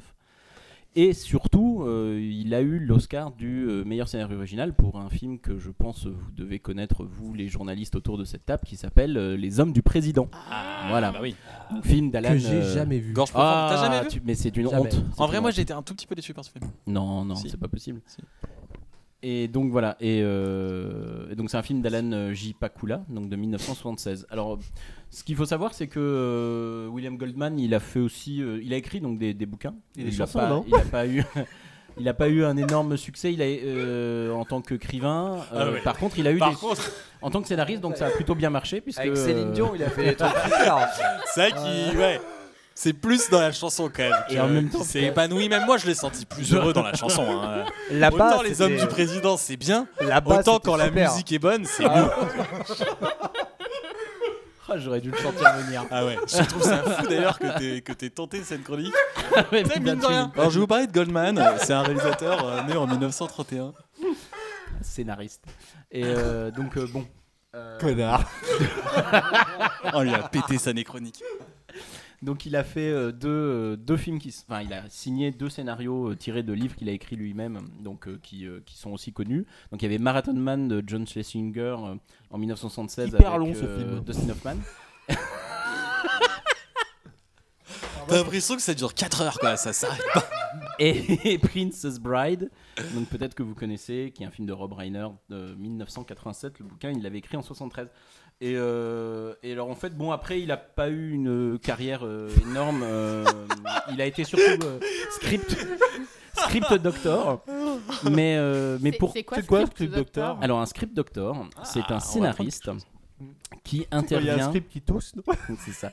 F: Et surtout, euh, il a eu l'Oscar du euh, meilleur scénario original pour un film que je pense euh, vous devez connaître, vous les journalistes autour de cette table, qui s'appelle euh, Les Hommes du Président. voilà,
A: Bah oui.
F: Un film d'Alan.
E: que j'ai
F: euh,
E: jamais vu.
A: Gorge profonde.
F: Ah,
A: T'as jamais vu
F: tu- mais c'est une
E: Jamais.
F: honte. C'est
A: En vrai,
F: une
A: moi
F: honte.
A: j'étais un tout petit peu déçu par ce film.
F: Non, non,
A: Si.
F: c'est pas possible.
A: Si.
F: Et donc voilà, et, euh, et donc c'est un film d'Alan euh, J. Pakula, donc de 1976. Alors, ce qu'il faut savoir, c'est que euh, William Goldman, il a fait aussi, euh, il a écrit donc des, des bouquins.
B: Et des
F: il a
B: chansons,
F: pas,
B: non
F: il a pas eu. Il a pas eu un énorme succès il a, euh, en tant qu'écrivain. euh,
A: Ah ouais.
F: Par contre, il a eu
A: Par
F: des- en tant que scénariste, donc ça a plutôt bien marché. Puisque,
C: Avec Céline
F: euh,
C: Dion, il a fait des trucs super. hein. Euh.
A: C'est vrai qu'il. Ouais. C'est plus dans la chanson quand même.
F: Et en même temps,
A: c'est épanoui. Même moi, je l'ai senti plus heureux dans la chanson. hein.
C: Là-bas,
A: Autant les hommes du président, c'est bien.
C: Là-bas,
A: Autant
C: c'était
A: quand la
C: super.
A: musique est bonne, c'est
C: Ah.
A: mieux.
F: Ah, J'aurais dû le sentir venir.
A: Ah ouais. Je trouve ça fou d'ailleurs que t'aies que t'aies tenté cette chronique.
F: Ouais,
A: Tu sais, mine de
F: putain,
A: rien. Alors je vais vous parler de Goldman, Euh, c'est un réalisateur euh, né en 1931.
F: Scénariste. Et euh, donc, euh, bon.
B: Connard.
A: Oh il a pété sa nécronique.
F: Donc il a fait euh, deux, euh, deux films qui, s- enfin il a signé deux scénarios euh, tirés de livres qu'il a écrits lui-même, donc euh, qui, euh, qui sont aussi connus. Donc il y avait Marathon Man de John Schlesinger euh, en 1976
B: Hyper
F: avec
B: long, ce film.
F: Dustin Hoffman.
A: T'as l'impression que ça dure 4 heures, quoi. Ça s'arrête pas.
F: et Princess Bride, donc peut-être que vous connaissez, qui est un film de Rob Reiner de 1987. Le bouquin, il l'avait écrit en 73. Et, euh, et alors en fait, bon après, il a pas eu une carrière euh, énorme. euh, il a été surtout euh, script, script doctor. Mais euh, mais
D: C'est-
F: pour
D: c'est quoi,
B: c'est quoi,
D: Script
B: Script
D: Doctor Ah,
B: Doctor
F: alors un script doctor, c'est un scénariste qui
B: Il y a un
F: intervient.
B: script qui tousse. non
F: C'est ça.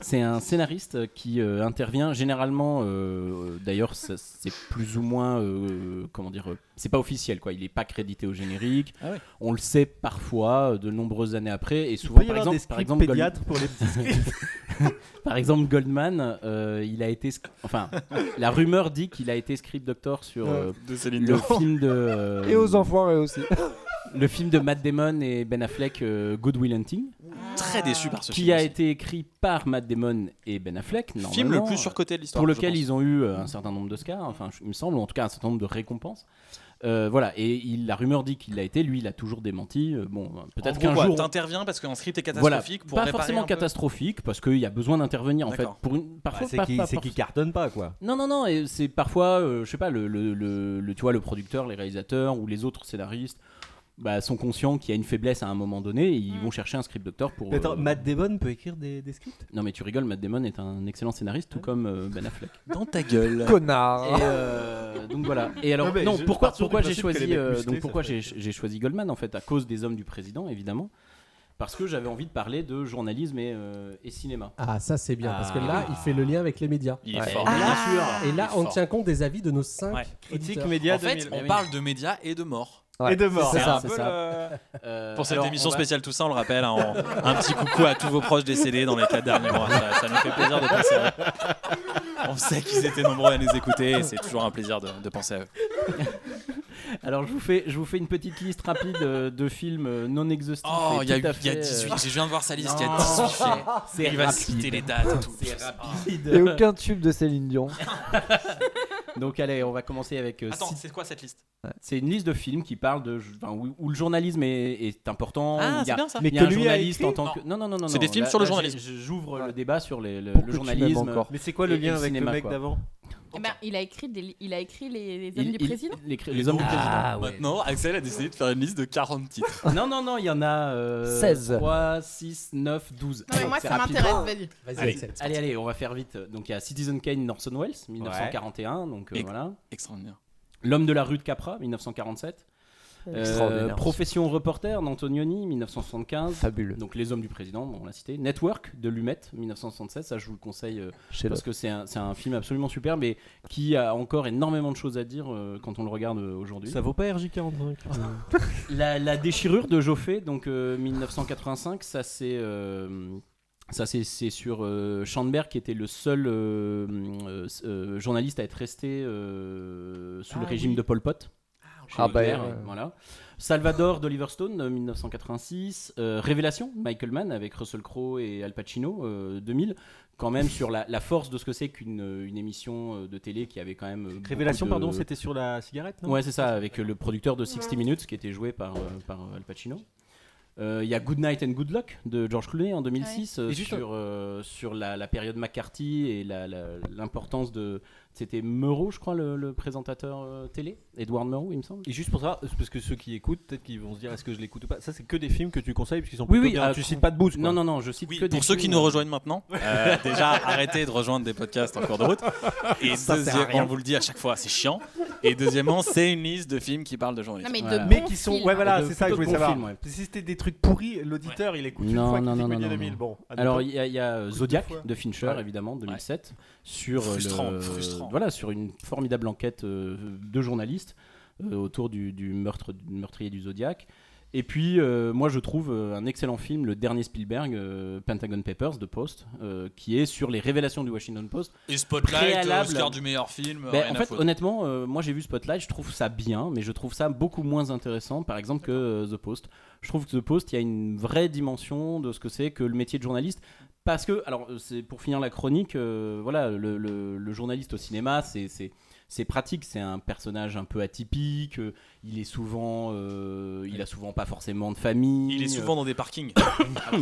F: C'est un scénariste qui euh, intervient généralement. euh, D'ailleurs, ça- c'est plus ou moins, euh, comment dire, euh, c'est pas officiel quoi. Il n'est pas crédité au générique.
A: Ah ouais.
F: On le sait parfois, euh, de nombreuses années après, et
B: Il
F: souvent
B: peut y
F: par
B: avoir
F: exemple,
B: des
F: par
B: scripts
F: exemple, Gold-
B: pédiatres pour les petits scripts.
F: par exemple, Goldman, euh, il a été, sc- enfin, la rumeur dit qu'il a été script doctor sur euh,
A: Ah, De Céline
F: le film de euh,
C: Et aux enfoirés aussi.
F: le film de Matt Damon et Ben Affleck, euh, Good Will Hunting,
A: Très déçu par ce film.
F: qui a
A: aussi.
F: été écrit par Matt Damon et Ben Affleck.
A: Film le
F: normalement.
A: plus surcoté de l'histoire.
F: pour
A: je
F: lequel
A: pense.
F: ils ont eu euh, un certain nombre d'Oscars, enfin, je- il me semble, ou en tout cas un certain nombre de récompenses. Euh, voilà, et il, la rumeur dit qu'il l'a été, lui il a toujours démenti. Euh, bon, peut-être
A: En gros,
F: qu'un
A: quoi,
F: jour.
A: T'interviens parce qu'un script est
F: Voilà,
A: catastrophique pour
F: pas
A: réparer
F: forcément
A: un peu.
F: catastrophique, parce qu'il y a besoin d'intervenir en fait.
A: D'accord.
F: Pour une, parfois,
B: Bah, C'est
F: pas-
B: qui,
F: pas
B: c'est qui
F: forc-
B: cartonne pas, quoi.
F: Non, non, non, et c'est parfois, euh, je sais pas, le, le, le- le- tu vois, le producteur, les réalisateurs ou les autres scénaristes bah, sont conscients qu'il y a une faiblesse à un moment donné et ils
D: Mm.
F: vont chercher un script doctor pour.
B: Mais attends,
F: euh,
B: Matt Damon peut écrire des, des scripts
F: Non, mais tu rigoles, Matt Damon est un excellent scénariste, tout comme euh, Ben Affleck.
A: Dans ta gueule.
C: Connard.
F: Et euh, donc voilà. Et alors
B: Non, mais
F: non,
B: je-
F: pourquoi
B: partir du
F: pourquoi j'ai
B: principe que les
F: choisi
B: mecs
F: euh,
B: musclés,
F: donc
B: ça
F: pourquoi
B: fait-
F: j'ai j'ai choisi Goldman en fait à cause des hommes du président évidemment parce que j'avais envie de parler de journalisme et, euh, et cinéma.
E: Ah, ça c'est bien, parce que là, il fait le lien avec les médias.
A: Il est
F: Ouais.
A: fort.
F: Ah,
E: Et là,
A: Il est
E: on
A: fort.
E: tient compte des avis de nos cinq
A: Ouais.
E: auditeurs.
B: média
A: en fait, on parle de médias et de morts.
C: Ouais.
B: Et de mort.
E: C'est
A: Eh C'est
E: ça,
A: un
E: c'est
A: peu
E: ça.
A: le-
F: Euh,
A: Pour cette
F: alors,
A: émission
F: on va-
A: spéciale, tout ça, on le rappelle, hein, on- un petit coucou à tous vos proches décédés dans les quatre derniers mois. Ça, ça nous fait plaisir de penser à eux. On sait qu'ils étaient nombreux à nous écouter et c'est toujours un plaisir de, de penser à eux.
F: Alors je vous fais je vous fais une petite liste rapide euh, de films euh, non exhaustifs.
A: Oh,
F: et
A: il y a,
F: tout à
A: eu- il y a
F: fait, euh,
A: 18. Je viens de voir sa liste, il y
F: non.
A: a 18 films.
F: c'est
A: Il va citer les
F: rapide.
A: dates et tout.
F: C'est rapide.
C: Et aucun tube de Céline Dion.
F: Donc allez, on va commencer avec euh,
A: Attends,
F: six-
A: c'est quoi cette liste
F: c'est une liste de films qui parlent de enfin, où, où le journalisme est, est important, où
A: Ah,
F: il y a
A: c'est bien ça.
B: Mais
F: Il y
B: que
F: a un
B: lui a
F: journaliste
B: écrit
F: en tant que. Non, non, non, non.
A: C'est
F: non,
A: des films
F: là-
A: sur le
F: là,
A: journalisme.
F: j'ai- J'ouvre le débat sur les- le,
C: Pour
F: euh, le
C: que tu
F: journalisme.
C: m'aimes encore.
B: Mais c'est quoi le
F: Et- et
B: lien
F: le
B: avec
F: cinéma,
B: le mec
F: quoi.
B: d'avant
D: Eh ben, il a écrit, des li- il a écrit les, les hommes
F: Il-
D: du
F: il-
D: président.
F: les, cré- les hommes du
B: Ah,
F: président.
A: Maintenant, Axel a décidé de faire une liste de 40 titres.
F: Non, non, non, il y en a. euh,
C: 16.
F: 3, 6, 9, 12.
D: Non, mais moi,
F: C'est
D: ça
F: rapide.
D: m'intéresse, vas-y.
E: Vas-y,
F: Allez,
E: Axel.
F: allez, allez, on va faire vite. Donc il y a Citizen Kane, Orson Welles, 1941. Donc euh,
A: Et-
F: voilà.
A: Extraordinaire.
F: L'homme de la rue de Capra, 1947. Euh,
C: Extraordinaire.
F: Profession reporter d'Antonioni, 1975.
C: Fabuleux.
F: Donc les hommes du président, bon, on l'a cité. Network de Lumet, 1976. Ça, je vous le conseille. euh,
C: Chez
F: Parce que c'est un, c'est un film absolument superbe et qui a encore énormément de choses à dire euh, quand on le regarde euh, aujourd'hui.
B: Ça vaut pas RJ45.
F: La, la déchirure de Joffé, donc euh, 1985, ça c'est. euh, ça, c'est c'est sur euh, Schandberg qui était le seul euh, euh, euh, journaliste à être resté euh, sous le régime de Pol Pot. Chez
C: Ah bah,
F: Hitler,
C: euh,
F: voilà. Salvador d'Oliver Stone, euh, 1986. euh, Révélation, Michael Mann avec Russell Crowe et Al Pacino, euh, 2000. Quand même sur la, la force de ce que c'est qu'une euh, une émission euh, de télé qui avait quand même. euh, beaucoup
B: Révélation,
F: de-
B: pardon, c'était sur la cigarette, non
F: Ouais, c'est ça, avec euh, le producteur de 60 Minutes qui était joué par, euh, par euh, Al Pacino. Euh, Il y a Good Night and Good Luck de George Clooney en 2006 euh,
B: Et juste-
F: sur, euh, sur la, la période McCarthy et la- la- l'importance de. C'était Meurot, je crois, le, le présentateur euh, télé, Edward Meurot, il me semble.
B: Et juste pour ça, parce que ceux qui écoutent, peut-être qu'ils vont se dire est-ce que je l'écoute ou pas. Ça, c'est que des films que tu conseilles parce qu'ils sont
F: Oui,
B: plutôt
F: oui,
B: bien.
F: ah,
B: tu
F: cou-
B: cites pas de boost.
F: Non, non, non, je cite
A: Oui,
F: que des
A: pour ceux qui
F: films,
A: nous
F: euh,
A: rejoignent maintenant, euh, déjà arrêtez de rejoindre des podcasts en cours de route. Et deuxièmement, on vous le dit à chaque fois, c'est chiant. Et deuxièmement, c'est une liste de films qui parlent de
D: Non,
A: journalisme.
D: mais de
F: Voilà.
D: bons
B: Mais qui sont.
D: films.
B: Ouais, voilà,
F: Ah, De-
B: c'est ça que je
F: plutôt
B: voulais
F: bons
B: savoir.
F: films, ouais.
B: Si c'était des trucs pourris, l'auditeur, il écoute une
F: Non,
B: fois,
F: non,
B: critique
F: non,
B: Mondial
F: non,
B: 2000.
F: non.
B: Bon, admettons.
F: Alors il y a, il y a, euh, Zodiac
B: fois.
F: de Fincher
B: Ouais.
F: évidemment 2007 sur euh,
A: Frustrant,
F: le-
A: frustrant.
F: voilà sur une formidable enquête euh, de journalistes euh, autour du, du meurtre du meurtrier du Zodiac. Et puis euh, moi je trouve euh, un excellent film le dernier Spielberg euh, Pentagon Papers de Post euh, qui est sur les révélations du Washington Post.
A: Et
F: Préalable.
A: euh, meilleur film.
F: Ben,
A: rien
F: en
A: à
F: fait
A: foutre.
F: honnêtement euh, moi j'ai vu Spotlight je trouve ça bien mais je trouve ça beaucoup moins intéressant par exemple que euh, The Post. Je trouve que The Post il y a une vraie dimension de ce que c'est que le métier de journaliste Parce que, alors, euh, c'est pour finir la chronique, euh, voilà, le, le- le journaliste au cinéma, c'est- c'est c'est pratique, c'est un personnage un peu atypique, euh, il est souvent, euh, il a souvent pas forcément de famille. euh,
A: Il est souvent dans des parkings.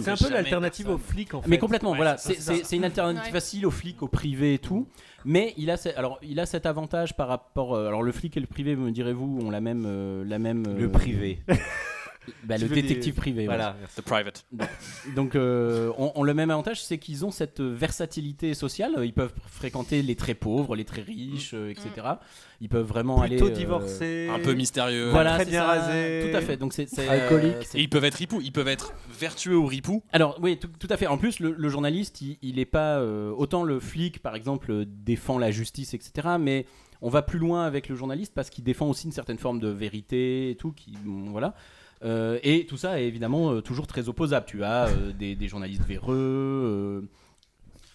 B: C'est un peu l'alternative aux flics en fait.
F: Mais complètement,
A: Ouais,
F: voilà,
A: c'est
F: c'est
A: ça, c'est
F: c'est- c'est une alternative
D: Ouais.
F: facile aux flics, aux privés et tout. Mais il a, ce- alors, il a cet avantage par rapport. euh, alors le flic et le privé, me direz-vous, ont la même, euh, la même. euh,
I: Le privé.
F: bah,
I: Tu
F: le
I: veux des-
F: détective privé. Voilà.
I: Voilà.
A: The private.
F: Donc, euh, on, on le même avantage, c'est qu'ils ont cette euh, versatilité sociale. Ils peuvent fréquenter les très pauvres, les très riches, euh, etc. Ils peuvent vraiment
I: Plutôt
F: aller. euh,
I: divorcé.
A: Un peu mystérieux.
F: Voilà,
I: Très
F: c'est
I: bien
F: ça,
I: rasé.
F: Tout à fait. Donc c'est c'est, euh,
C: Alcoolique.
A: Et ils peuvent être ripoux, ils peuvent être vertueux ou ripoux.
F: Alors oui, tout, tout à fait. En plus, le, le journaliste, il, il est pas euh, autant le flic, par exemple, euh, défend la justice, etc. Mais on va plus loin avec le journaliste parce qu'il défend aussi une certaine forme de vérité et tout. Qui, bon, voilà. Euh, et tout ça est évidemment euh, toujours très opposable. Tu as euh, des, des journalistes véreux. euh,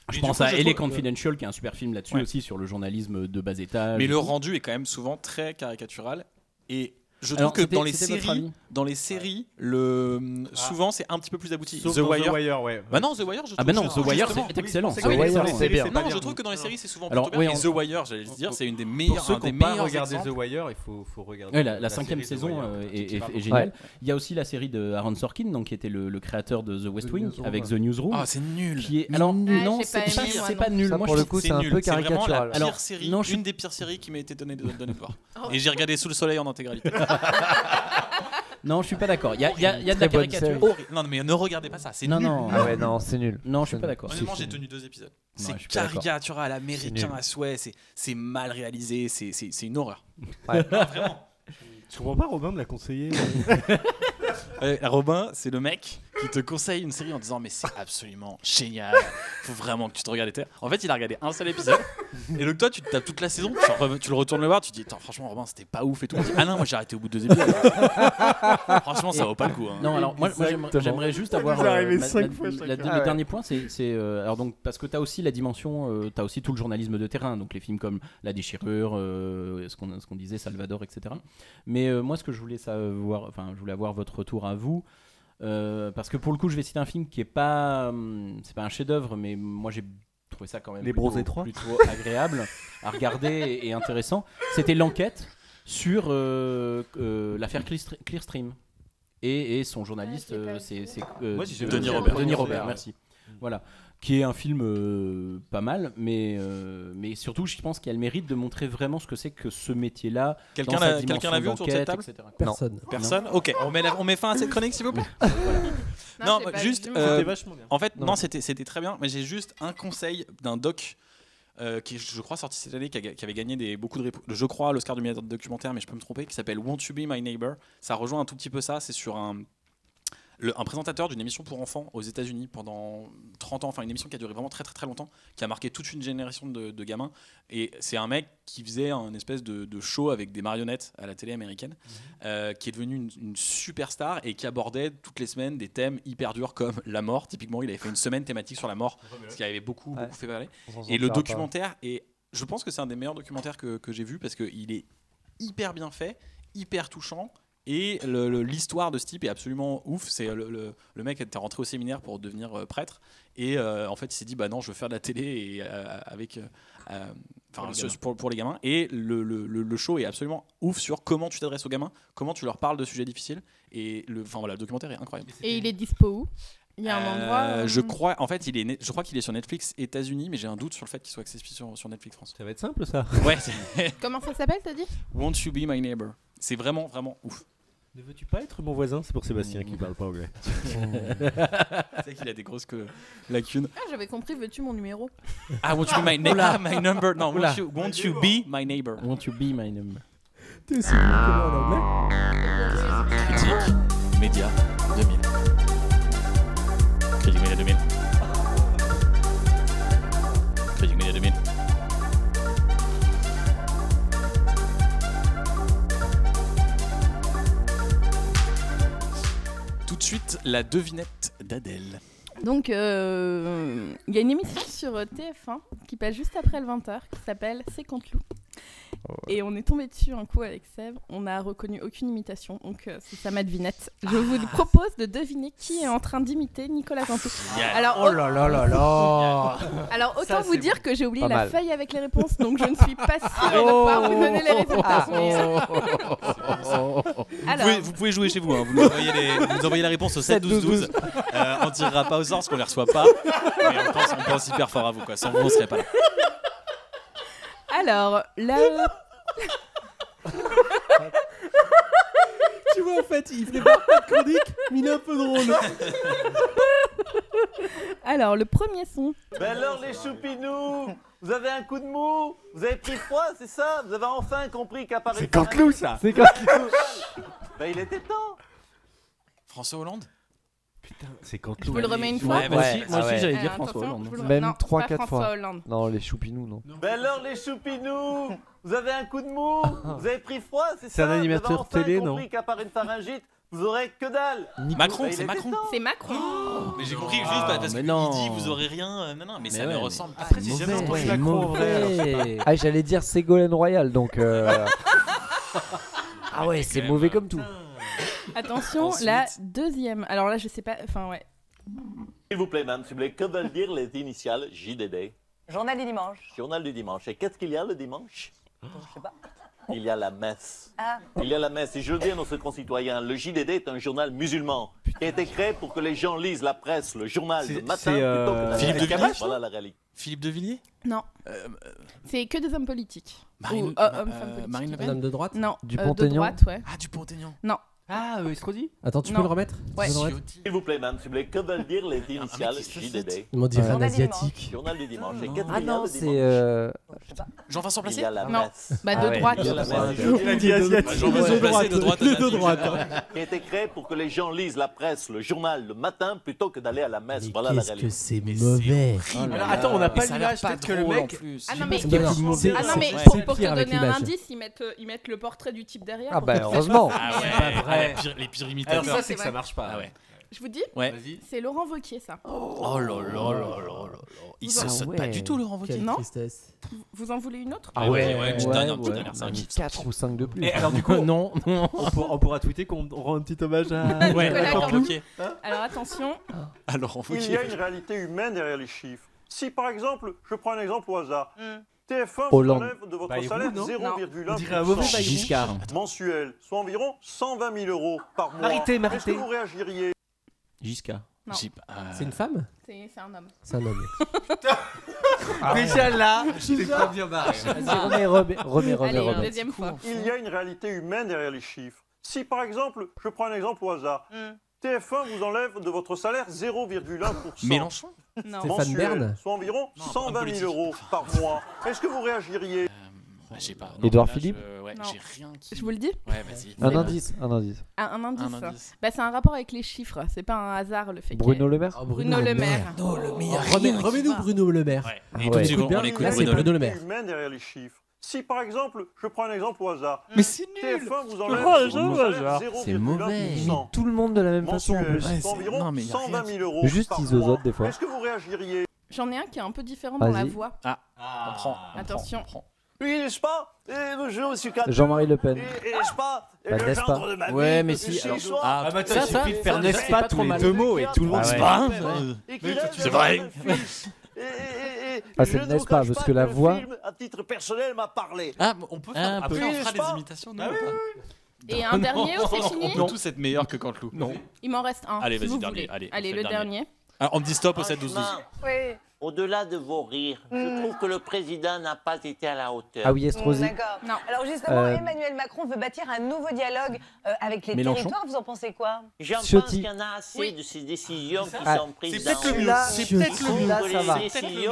F: je
A: Mais du
F: pense
A: coup,
F: à
A: je
F: L.A.
A: trouve- euh,
F: Confidential, qui est un super film là-dessus
A: Ouais.
F: aussi sur le journalisme de bas
I: Ah
F: étage.
A: Mais
F: et
A: le
F: tout.
A: rendu est quand même souvent très caricatural. Et je trouve
F: Alors,
A: que
F: c'était-
A: dans les
F: c'était votre
A: séries,
F: avis
A: dans les séries, le souvent c'est un petit peu plus abouti.
I: Ah. Sauf
A: The
I: dans
A: Wire.
I: ouais.
A: Bah non, The Wire, je trouve.
F: Ah bah non,
A: que c'est-
F: The Wire,
A: justement. Ah
F: c'est excellent.
C: The Wire, c'est bien.
A: Non, je trouve que dans les séries, c'est souvent
F: Alors,
A: plutôt bien.
F: oui,
A: Et The Wire, j'allais le dire, c'est une des
I: Pour
A: meilleurs,
I: ceux
A: un
I: qui
A: des
I: n'ont pas
A: meilleurs
I: regardé
A: exemples.
I: The Wire, il faut, faut regarder.
F: Ouais, la, la cinquième
I: série The
F: saison
I: Wire,
F: euh,
I: qui-
F: est,
I: qui
F: est-
I: parle
F: est géniale. Il y a aussi la série de Aaron Sorkin, donc, qui était le, le créateur de The West
E: The
F: Wing,
E: Newsroom,
F: avec
E: ouais.
F: The Newsroom.
A: Ah, c'est nul.
F: qui est... Alors,
D: Ouais,
F: non,
D: j'ai
F: c'est
D: pas
F: Bah, pas,
D: aimé, moi,
F: c'est
D: non.
F: pas nul.
C: Ça,
F: Moi,
C: pour
F: je
C: le coup, c'est un
A: nul.
C: peu
A: C'est vraiment la
C: caricatural.
A: pire
F: Alors,
A: série,
F: non, je suis- Oh.
A: une des pires séries qui m'a été donnée, donnée de voir. Et j'ai regardé Sous le soleil en intégralité.
F: Non, je suis pas d'accord. Il y a, il y a- il y a de la
C: Très bonne
F: caricature.
C: série.
A: Horrible. Non, mais ne regardez pas ça, c'est
F: Non,
A: nul.
F: non,
C: Ah ouais, non, c'est nul.
F: non, je suis
C: C'est
F: pas
C: nul.
F: d'accord.
A: Honnêtement, j'ai tenu deux épisodes. C'est
F: je suis pas d'accord.
A: caricatural, américain
C: nul.
A: à souhait, c'est- c'est mal réalisé, c'est- c'est c'est une horreur.
B: Je comprends pas, Robin me l'a conseillé.
A: Euh, Robin, c'est le mec qui te conseille une série en disant mais c'est absolument génial, faut vraiment que tu te regardes. et tout. En fait, il a regardé un seul épisode et donc toi tu te tapes toute la saison, tu, re- tu le retournes le voir, tu te dis Attends, franchement Robin c'était pas ouf et tout. Il dit, ah non moi j'ai arrêté au bout de deux épisodes. franchement ça vaut pas le coup. hein.
F: Non, alors moi, moi, j'aimerais-
C: Exactement.
F: j'aimerais juste avoir
B: nous est
F: euh,
B: arrivé
F: ma-
B: cinq
F: ma-
B: fois
F: la-
B: chacun.
F: le
B: Ah ouais.
F: dernier point, c'est c'est, euh, alors donc parce que t'as aussi la dimension, euh, t'as aussi tout le journalisme de terrain, donc les films comme La Déchirure, euh, ce qu'on ce qu'on disait Salvador, etc. Mais euh, moi, ce que je voulais savoir, enfin, je voulais avoir votre retour à vous. euh, parce que pour le coup, je vais citer un film qui est pas, hum, c'est pas un chef-d'œuvre, mais moi j'ai trouvé ça quand même
I: Les
F: plutôt,
I: Bronzés trois.
F: plutôt agréable à regarder et, et intéressant. C'était l'enquête sur euh, euh, l'affaire Clearstre- Clearstream et, et son journaliste,
D: Ah, je l'ai pas
F: euh,
D: vu.
F: c'est c'est, euh,
I: Moi, si j'ai
A: Denis Robert.
F: Denis
I: Ouais.
F: Robert, merci. Voilà, qui est un film euh, pas mal, mais euh, mais surtout, je pense qu'il a le mérite de montrer vraiment ce que c'est que ce métier-là.
A: Quelqu'un
F: dans sa
A: l'a quelqu'un l'a vu
F: dimension
A: autour de cette table
F: d'enquête, etc.
E: Personne.
A: Personne Ok, on met, la- on met fin à cette chronique s'il vous plaît. Non,
D: j'ai pas
A: juste,
D: vu.
A: euh,
I: C'était vachement bien.
A: En fait, non,
C: Non.
A: c'était c'était très bien, mais j'ai juste un conseil d'un doc euh, qui est, je crois, sorti cette année, qui, a ga- qui avait gagné des, beaucoup de, répo- je crois, l'Oscar du meilleur documentaire, mais je peux me tromper, qui s'appelle Won't You Be My Neighbor. Ça rejoint un tout petit peu ça. C'est sur un, le- un présentateur d'une émission pour enfants aux États-Unis pendant 30 ans, enfin une émission qui a duré vraiment très très très longtemps, qui a marqué toute une génération de, de gamins. Et c'est un mec qui faisait un espèce de, de show avec des marionnettes à la télé américaine, euh, qui est devenu une, une superstar et qui abordait toutes les semaines des thèmes hyper durs comme la mort. Typiquement, il avait fait une semaine thématique sur la mort, ce qui avait beaucoup,
C: Ouais.
A: beaucoup fait parler.
C: On s'en
A: Et le
C: sortira pas.
A: documentaire est, je pense que c'est un des meilleurs documentaires que, que j'ai vu parce qu'il est hyper bien fait, hyper touchant. Et le- le- l'histoire de ce type est absolument ouf. C'est le, le- le mec était rentré au séminaire pour devenir euh, prêtre et euh, en fait il s'est dit bah non je veux faire de la télé et euh, avec euh, euh, enfin,
F: Pour les
A: ce-
F: gamins.
A: pour, pour les gamins. Et le, le- le- le show est absolument ouf sur comment tu t'adresses aux gamins, comment tu leur parles de sujets difficiles. Et le, enfin voilà, le documentaire est incroyable.
D: Et il est dispo où Il y a un
A: Euh,
D: endroit. euh,
A: Je crois, en fait, il est, né- je crois qu'il est sur Netflix États-Unis, mais j'ai un doute sur le fait qu'il soit accessible sur, sur Netflix France.
B: Ça va être simple ça.
A: Ouais, c'est-
D: Comment ça s'appelle, t'as dit
A: Won't You Be My Neighbor. C'est vraiment, vraiment ouf.
B: Ne veux-tu pas être mon voisin C'est pour Sébastien qui parle pas anglais.
A: C'est vrai qu'il a des grosses que- lacunes.
D: Ah, j'avais compris, veux-tu mon numéro
A: Ah, Won't You Be My Neighbor My number. Non,
F: Oula.
A: won't you, won't you Be My Neighbor
F: Won't you be my Ah, name?
E: T'es si nul que moi en anglais.
A: Critique Média 2000. Critique Média 2000. Critique Média 2000. Tout de suite, la devinette d'Adèle.
D: Donc, euh, il y a une émission sur euh, TF1 qui passe juste après le 20h qui s'appelle C'est contre loup.
C: Oh,
D: Et on est tombé dessus un coup avec Sèvres. On n'a reconnu aucune imitation, donc euh, c'est ça ma devinette. Je
C: Ah.
D: vous propose de deviner qui est en train d'imiter Nicolas Cantou. Alors,
A: Oh
D: au-
C: Oh là là là
D: alors autant
C: Ça,
D: vous
C: c'est
D: dire que j'ai oublié
C: Pas
D: la
C: mal.
D: feuille avec les réponses, donc je ne suis pas sûre
C: Oh.
D: de pouvoir vous donner les résultats.
C: Ah,
I: Vous
A: Oh.
D: Alors,
I: pouvez, vous pouvez jouer chez vous, hein. vous, nous envoyez les- vous nous envoyez la réponse au 7 12 12. Euh, on tirera pas au sort parce qu'on les reçoit pas. Mais on pense, on pense hyper fort à vous quoi. Sans vous on serait pas là.
D: alors, là,
E: Tu vois, en fait, il fait pas de chronique, mais il est un peu drôle.
D: alors le premier son.
J: Ben alors les choupinous, vous avez un coup de mou, vous avez pris froid, c'est ça Vous avez enfin compris qu'apparaît... C'est Cantelou ça
C: C'est quand
J: Ben il était temps
I: François Hollande
B: C'est quand
D: Je vous le remets une fois.
I: Ouais,
C: Ouais, ah
F: moi aussi,
C: ouais.
F: j'allais
D: Euh,
F: dire
D: attention,
F: François
D: je
F: Hollande.
D: vous le-
C: Même
D: non,
C: trois,
D: pas
C: quatre
D: François
C: fois.
D: Hollande.
C: Non, les choupinous, non.
J: Ben alors les choupinous, vous avez un coup de mou, vous avez pris froid, c'est ça
B: C'est un animateur
J: vous avez enfin
B: télé, non
J: compris qu'à part une pharyngite, vous aurez que dalle
I: Macron,
J: Ben, il
I: c'est
J: était
I: Macron.
J: temps.
D: C'est Macron.
I: Mais j'ai compris juste bah, parce
F: mais
I: qu'il
F: non.
I: dit vous aurez rien. euh, non, non,
F: Mais
I: mais ça me
F: ouais, mais-
I: ressemble.
F: Après,
I: j'ai
C: Eh,
F: jamais
I: entendu
F: Macron en vrai.
C: Ah, j'allais dire Ségolène Royal, donc. euh, ah ouais, c'est
I: quand même,
C: mauvais
I: euh,
C: comme tout.
D: Attention,
I: Ensuite.
D: la deuxième. Alors là, je sais pas. Enfin, ouais.
J: S'il vous plaît, madame, s'il vous plaît, que veulent dire les initiales JDD
K: Journal du dimanche.
J: Journal du dimanche. Et qu'est-ce qu'il y a le dimanche
K: Je sais pas.
J: Il y a la messe.
K: Ah.
J: Il y a la messe. Et je le dis à nos concitoyens, le JDD est un journal musulman qui a été créé pour que les gens lisent la presse, le journal
B: C'est-
J: le matin
B: c'est,
J: plutôt que
B: euh,
J: la
I: Philippe
J: presse.
I: de Villiers,
J: Voilà la réalité.
I: Philippe de Villiers
D: Non.
I: Euh,
D: C'est que des hommes politiques.
I: Marine-
D: Ou, euh,
I: Ma-
D: hommes,
I: euh,
D: femmes politiques.
I: Marine Le Pen
E: Madame de droite.
D: Non.
C: Du
D: euh, de
C: Panthéon.
D: droite, ouais.
I: Ah, du Pont-Aignan.
F: Ah, euh, Escrozi
E: Attends, tu
D: Non.
E: peux le remettre Ah,
D: Ouais.
E: Madame de droite
J: S'il vous plaît, madame, s'il vous plaît, que veulent dire les
I: un mec
J: initiales
I: qui se
J: JDD
E: Ils m'ont dit
C: Journal
E: un
K: du
E: asiatique.
J: Journal du dimanche. Et
I: Ah
J: qu'est-ce
C: Ah
J: qu'il y a
C: non,
J: le
C: c'est.
J: dimanche
C: euh,
K: Je sais pas.
I: Jean-Vincent
J: Il
I: Placé
J: y a la
D: Non.
J: messe.
D: Bah,
C: Ah
D: de
C: ouais.
D: droite.
J: Il y a la messe.
C: Je-
J: Le journal
E: dit asiatique.
I: Bah, Jean-Vincent Placé de droite à
E: De droite.
J: qui a été créé pour que les gens lisent la presse, le journal le matin plutôt que d'aller à la messe. Voilà la
E: Qu'est-ce que
J: réalité.
E: c'est
I: Mais c'est
E: mauvais
F: Alors, attends, on n'a
I: Et
F: pas
I: ça a
F: l'image,
I: l'air
F: peut-être
I: pas
F: que le
I: drôle, en
F: mec.
I: plus.
D: Ah non, mais,
E: qu'il y a plus de mauvais.
D: Ah non, mais
E: Ouais.
D: pour,
E: C'est
D: pour
E: pire
D: te
E: avec
D: donner un
E: l'image.
D: indice, ils mettent, euh, ils mettent le portrait du type derrière.
C: Ah
D: pour
J: ben,
C: bah,
D: que-
C: heureusement
I: Ah ouais,
F: pas vrai.
I: ah, les pires- les pires
F: Alors,
I: imitateurs.
F: ça, c'est que ça marche pas.
I: Ah ouais.
D: Je vous dis,
I: Ouais.
D: c'est Laurent Vauquier, ça.
I: Oh là là là là là. Il se
C: Ah
I: saute
C: ouais.
I: pas du tout, Laurent
E: Quelle
I: Wauquiez.
D: Non.
E: tristesse.
D: Vous en voulez une autre
I: Ah ouais, ouais, petite
C: ouais,
I: dernière, petite
C: ouais.
I: dernière, c'est un
C: Mais
I: kiff.
C: 4 ou 5 de plus.
F: Et alors, du coup, non.
B: on, pourra, on pourra tweeter qu'on rend un petit hommage à.
I: Ouais,
D: Nicolas
I: d'accord,
D: Cantu.
I: ok.
D: Alors attention,
B: Ah.
I: Alors, on
J: Il y a une réalité humaine derrière les chiffres. Si par exemple, je prends un exemple au hasard,
D: Mm.
J: TF1 vous
C: Hollande.
J: enlève de votre
B: Bayrou,
J: salaire
B: non
D: Non.
B: On dirait un mauvais
J: 0,1%
F: Giscard.
J: mensuel, soit environ 120 000 euros par mois.
B: Arrêtez,
J: Est-ce que
B: arrêtez.
J: vous réagiriez
F: Giscard.
D: Non.
I: J'ai pas- euh,
E: C'est une femme
D: c'est c'est un homme.
E: C'est un homme.
I: Ah
F: Déjà là, c'est pas bien barré.
C: Vas-y, remets, remets, remets, remets,
D: Allez,
C: remets.
D: deuxième fois.
J: Il y a une réalité humaine derrière les chiffres. Si par exemple, je prends un exemple au hasard,
D: Mm.
J: TF1 vous enlève de votre salaire 0,1%.
I: Mélenchon
D: Non.
E: C'est- Stéphane Bern
J: mensuel, soit environ
I: Non, pas
J: 120
I: politique. Euh,
J: 000 euros par mois. Est-ce que vous réagiriez
I: Ouais, J'ai pas.
C: Édouard
I: là, je-
C: Philippe
I: Ouais,
D: Non.
I: j'ai rien qui.
D: Je vous le dis
I: Ouais, vas-y.
C: Un indice, un indice.
D: Ah, Un indice.
I: Un indice.
D: Bah, c'est un rapport avec les chiffres, c'est pas un hasard le fait qu'il y ait-
C: Bruno Le Maire
D: Bruno Le Maire.
I: Non, le meilleur.
E: Remets- Remets-nous Bruno Le Maire.
I: Ouais.
C: Ah
I: Et tout
C: ouais.
I: de suite,
E: Écoute bien,
I: on écoute
E: là, c'est
I: Bruno Le
E: Bruno Le Maire.
J: humaine derrière les chiffres Si par exemple, je prends un exemple au hasard,
I: Mais c'est
J: TF1 vous enlève
I: Oh,
J: de
I: au
J: votre salaire
I: hasard.
F: C'est mauvais.
J: 0,1%.
C: Tout le monde de la même façon en
J: Mensuel,
C: plus.
I: Ouais, c'est-
J: soit environ
I: non, mais y a rien
J: 120 000 euros.
C: Juste
J: par
C: isosote,
J: mois.
C: des fois.
J: Est-ce que vous réagiriez
D: J'en ai un qui est un peu différent dans la
C: Vas-y.
D: voix.
I: Ah. On prend. on prend,
D: Attention.
I: on prend.
J: Oui, n'est-ce pas Et bonjour, monsieur Cadu.
C: Jean-Marie Le Pen.
J: Et- et n'est-ce pas Et
C: Bah,
J: le
C: n'est-ce
J: gendre
C: pas
J: de ma vie,
F: Ouais, mais
J: depuis
F: si,
J: six
F: alors-
J: soirs.
I: Ah,
E: Ça,
F: bah,
E: ça,
F: faire
E: ça,
F: n'est-ce
E: c'est
F: pas
E: pas
F: tous
E: trop
F: les
E: mal.
F: deux mots et tout le monde
C: Ah
F: se euh.
C: ouais.
F: bat.
J: Et qu'il
I: Mais
J: aime
I: c'est vrai.
J: le film. Et- et- et- et
C: Ah, c'est
J: je
C: le
J: ne
C: n'est-ce
J: vous
C: pas,
J: cache
C: parce que
J: que
C: la
J: le
C: voix-
J: film, à titre personnel, m'a parlé.
I: Ah, on peut
F: Ah,
I: faire.
F: un
I: Après,
J: peu.
I: on
J: Ah Oui,
I: fera
J: n'est-ce pas
I: des imitations, nous. ou pas
D: Et un dernier, ou c'est fini
I: On peut tous être meilleurs que Cantelou. Non.
D: Il m'en reste un.
I: Allez,
D: si
I: vas-y,
D: vous
I: dernier,
D: voulez.
I: allez, on fait
D: le
I: le dernier.
D: dernier.
I: Ah, on me dit stop au 7 12 12.
J: Franchement,
K: Oui.
J: Au-delà de vos rires, je trouve que le président n'a pas été à la hauteur.
C: Ah oui, Estrosi.
K: D'accord.
D: Non.
K: Alors justement,
C: Euh,
K: Emmanuel Macron veut bâtir un nouveau dialogue euh, avec les
F: Mélenchon
K: territoires. Vous en pensez quoi
J: J'en
C: Ciotti.
J: en a assez
D: Oui.
J: de ces décisions qui
C: Ah,
J: prises
I: peut-être le mieux.
J: Là,
C: C'est
F: peut-être
C: le mieux. Là, ça va.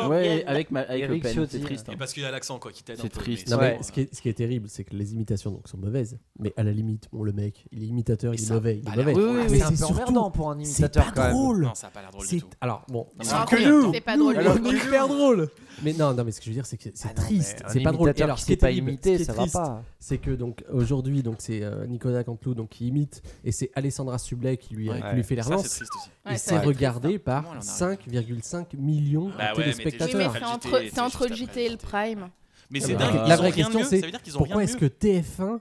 F: Ouais, avec, ma, avec Le
C: Éric
F: Pen, c'est
C: Ciotti.
F: triste. hein.
I: Et parce qu'il y a l'accent, quoi, qui t'aide un
F: C'est
I: peu,
F: triste.
I: mais
E: Non,
I: c'est
E: mais
I: bon,
E: ce, qui est, ce qui est terrible, c'est que les imitations donc, sont mauvaises. Mais à la limite, bon, le mec, il est imitateur, il est
I: ça-
E: mauvais. Il
I: bah,
E: est mauvais. Ah,
I: oui,
C: Mais
E: mais
C: c'est un
E: c'est
C: peu emmerdant
E: surtout.
C: pour un
E: C'est
C: imitateur
E: pas
C: quand même.
E: drôle.
I: Non, ça a pas l'air drôle
E: C'est
I: du tout.
E: alors bon,
I: Non,
E: c'est
I: mais-
D: que nous. C'est pas drôle.
E: Alors, hyper drôle. Mais non, non, mais ce que je veux dire, c'est que c'est
C: Ah non,
E: triste.
C: mais un
E: C'est pas drôle.
C: imitateur
E: alors,
C: qui
E: ce qui
C: sait
E: est
C: pas
E: terrible, ce
C: imiter,
E: qui est
C: ça va
E: triste,
C: pas.
E: C'est que donc aujourd'hui, donc c'est euh, Nicolas Canteloup donc qui imite et c'est Alessandra Sublet qui lui, euh,
I: Ouais.
E: qui lui fait la
I: Ça, c'est
E: relance.
I: triste aussi. hein.
D: Ouais,
E: et
D: ça
E: c'est
D: va être
E: regardé
I: Comment
E: par
I: elle en arrive
E: 5,5 millions
I: Bah
E: de
I: ouais, mais t'es
D: Oui, mais
E: téléspectateurs.
D: c'est
I: Après le JT,
D: entre,
I: t'es
D: c'est entre le
I: juste
D: JT et le
I: après.
D: Prime.
I: Mais
E: Ah
I: c'est
E: bah,
I: dingue.
E: La
I: ils
E: vraie
I: ont rien de
E: question,
I: mieux,
E: c'est
I: ça veut dire qu'ils ont
E: pourquoi
I: rien
E: est-ce
I: de
E: que TF1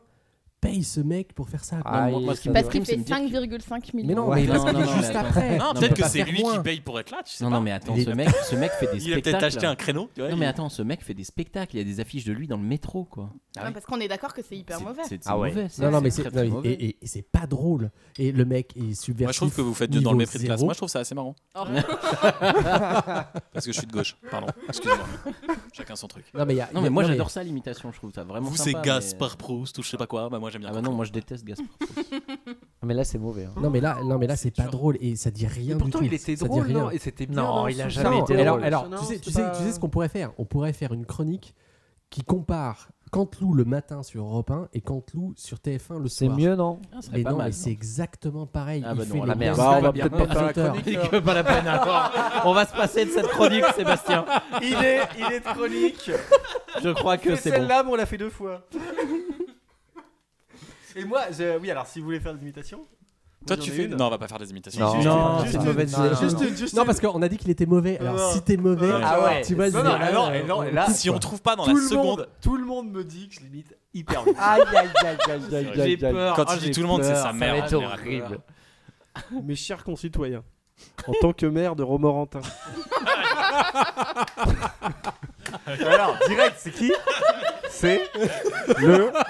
E: paye ce mec pour faire ça quoi
C: Ah, Moi, moi, ce qui il- me
D: Parce qu'il
F: prime, c'est
D: fait
F: me dire
D: 5,5 millions.
E: Mais non,
F: Ouais,
E: mais parce
F: non,
E: qu'il
F: non,
E: est
F: non,
E: juste
F: mais attends.
E: après.
I: Non,
F: Non,
I: peut-être
F: peut
I: que
F: pas
I: c'est
F: faire
I: lui
F: moins.
I: qui paye pour être là, tu sais
F: Non,
I: pas.
F: non, mais attends,
I: Il est-
F: ce mec, ce mec fait des
I: Il a
F: spectacles.
I: peut-être acheté un créneau, tu vois.
F: Non,
I: il-
F: mais attends, ce mec fait des spectacles. Il y a des affiches de lui dans le métro, quoi. Ah
D: Ouais, Ah, Parce qu'on est d'accord que c'est hyper
F: C'est-
D: mauvais.
F: C'est c'est
I: Ah ouais.
F: mauvais. ça,
E: Non, non, mais c'est
F: très, très
E: non, et-
F: mauvais.
E: et- et c'est pas drôle. Et le mec est subversif.
A: Moi, je trouve que vous faites dans le
E: niveau
A: mépris de classe.
E: zéro.
A: Moi, je trouve ça assez marrant.
F: Oh.
A: Parce que je suis de gauche. Pardon. Excusez-moi. Chacun son truc.
E: Non, mais, il y a-
F: Non, mais moi, j'adore ça, l'imitation. Je trouve ça vraiment
I: Vous, c'est
F: sympa.
I: Gaspard
F: mais-
I: Proust ou je sais pas quoi. Bah, moi, j'aime bien.
F: Ah bah non,
I: Cochon.
F: moi, je déteste Gaspard.
C: Mais là, c'est mauvais. hein.
E: Non, mais là, non, mais là, c'est pas
F: dur.
E: drôle et ça dit rien
L: Et
E: du
L: pourtant,
E: tout.
L: il était
E: Ça dit
L: drôle,
E: rien.
L: non Et c'était bien.
C: Non,
L: dans
C: il a
L: son
C: jamais
L: sens.
C: été
L: Et
E: Alors,
C: drôle.
E: alors,
L: Non,
E: tu sais,
L: c'est
E: tu sais-
L: pas-
E: tu sais ce qu'on pourrait faire On pourrait faire une chronique qui compare Canteloup le matin sur Europe 1 et Canteloup sur TF1 le
C: C'est
E: soir.
C: mieux, non
F: Ah, ça serait
E: Mais
F: pas
E: non,
F: mal,
E: mais c'est exactement pareil.
F: Ah
E: il
F: bah
E: fait
F: non,
E: les
F: la merde.
E: mêmes
B: Bah, on va
E: blagues,
B: peut-être pas
E: les
B: faire la
E: mêmes auteurs.
B: chronique.
F: Que pas la peine. alors. On va se passer de cette chronique, Sébastien.
L: Il est, il est chronique.
F: Je crois que
L: Mais
F: c'est bon.
L: celle-là, mais on l'a fait deux fois. Et moi, je- oui, alors si vous voulez faire des imitations.
A: Toi,
L: j'en
A: tu
L: ai
A: fais.
L: une.
A: Non, on va pas faire des imitations.
C: Non,
L: Juste-
C: non,
L: juste-
C: c'est une mauvaise
L: juste-
C: idée.
L: juste- juste-
E: Non, parce qu'on a dit qu'il était mauvais. Alors,
L: Non.
E: si t'es mauvais,
L: Ouais.
E: alors,
L: Ah ouais.
E: tu euh, vois,
L: Non,
E: c'est-
L: non, alors, et non, et là-
I: Si on trouve pas dans
L: tout
I: la
L: le
I: seconde.
L: monde, tout le monde me dit que je l'imite hyper bien.
C: Aïe, aïe, aïe, aïe, aïe, aïe,
L: J'ai
C: aïe, aïe.
L: peur.
I: Quand
L: Ah,
I: tu
L: j'ai
I: dis tout le monde, c'est
L: peur.
I: sa mère.
C: va être
I: en général.
C: horrible.
L: Mes chers concitoyens, en tant que maire de Romorantin. Alors, direct, c'est qui C'est le.
B: Ah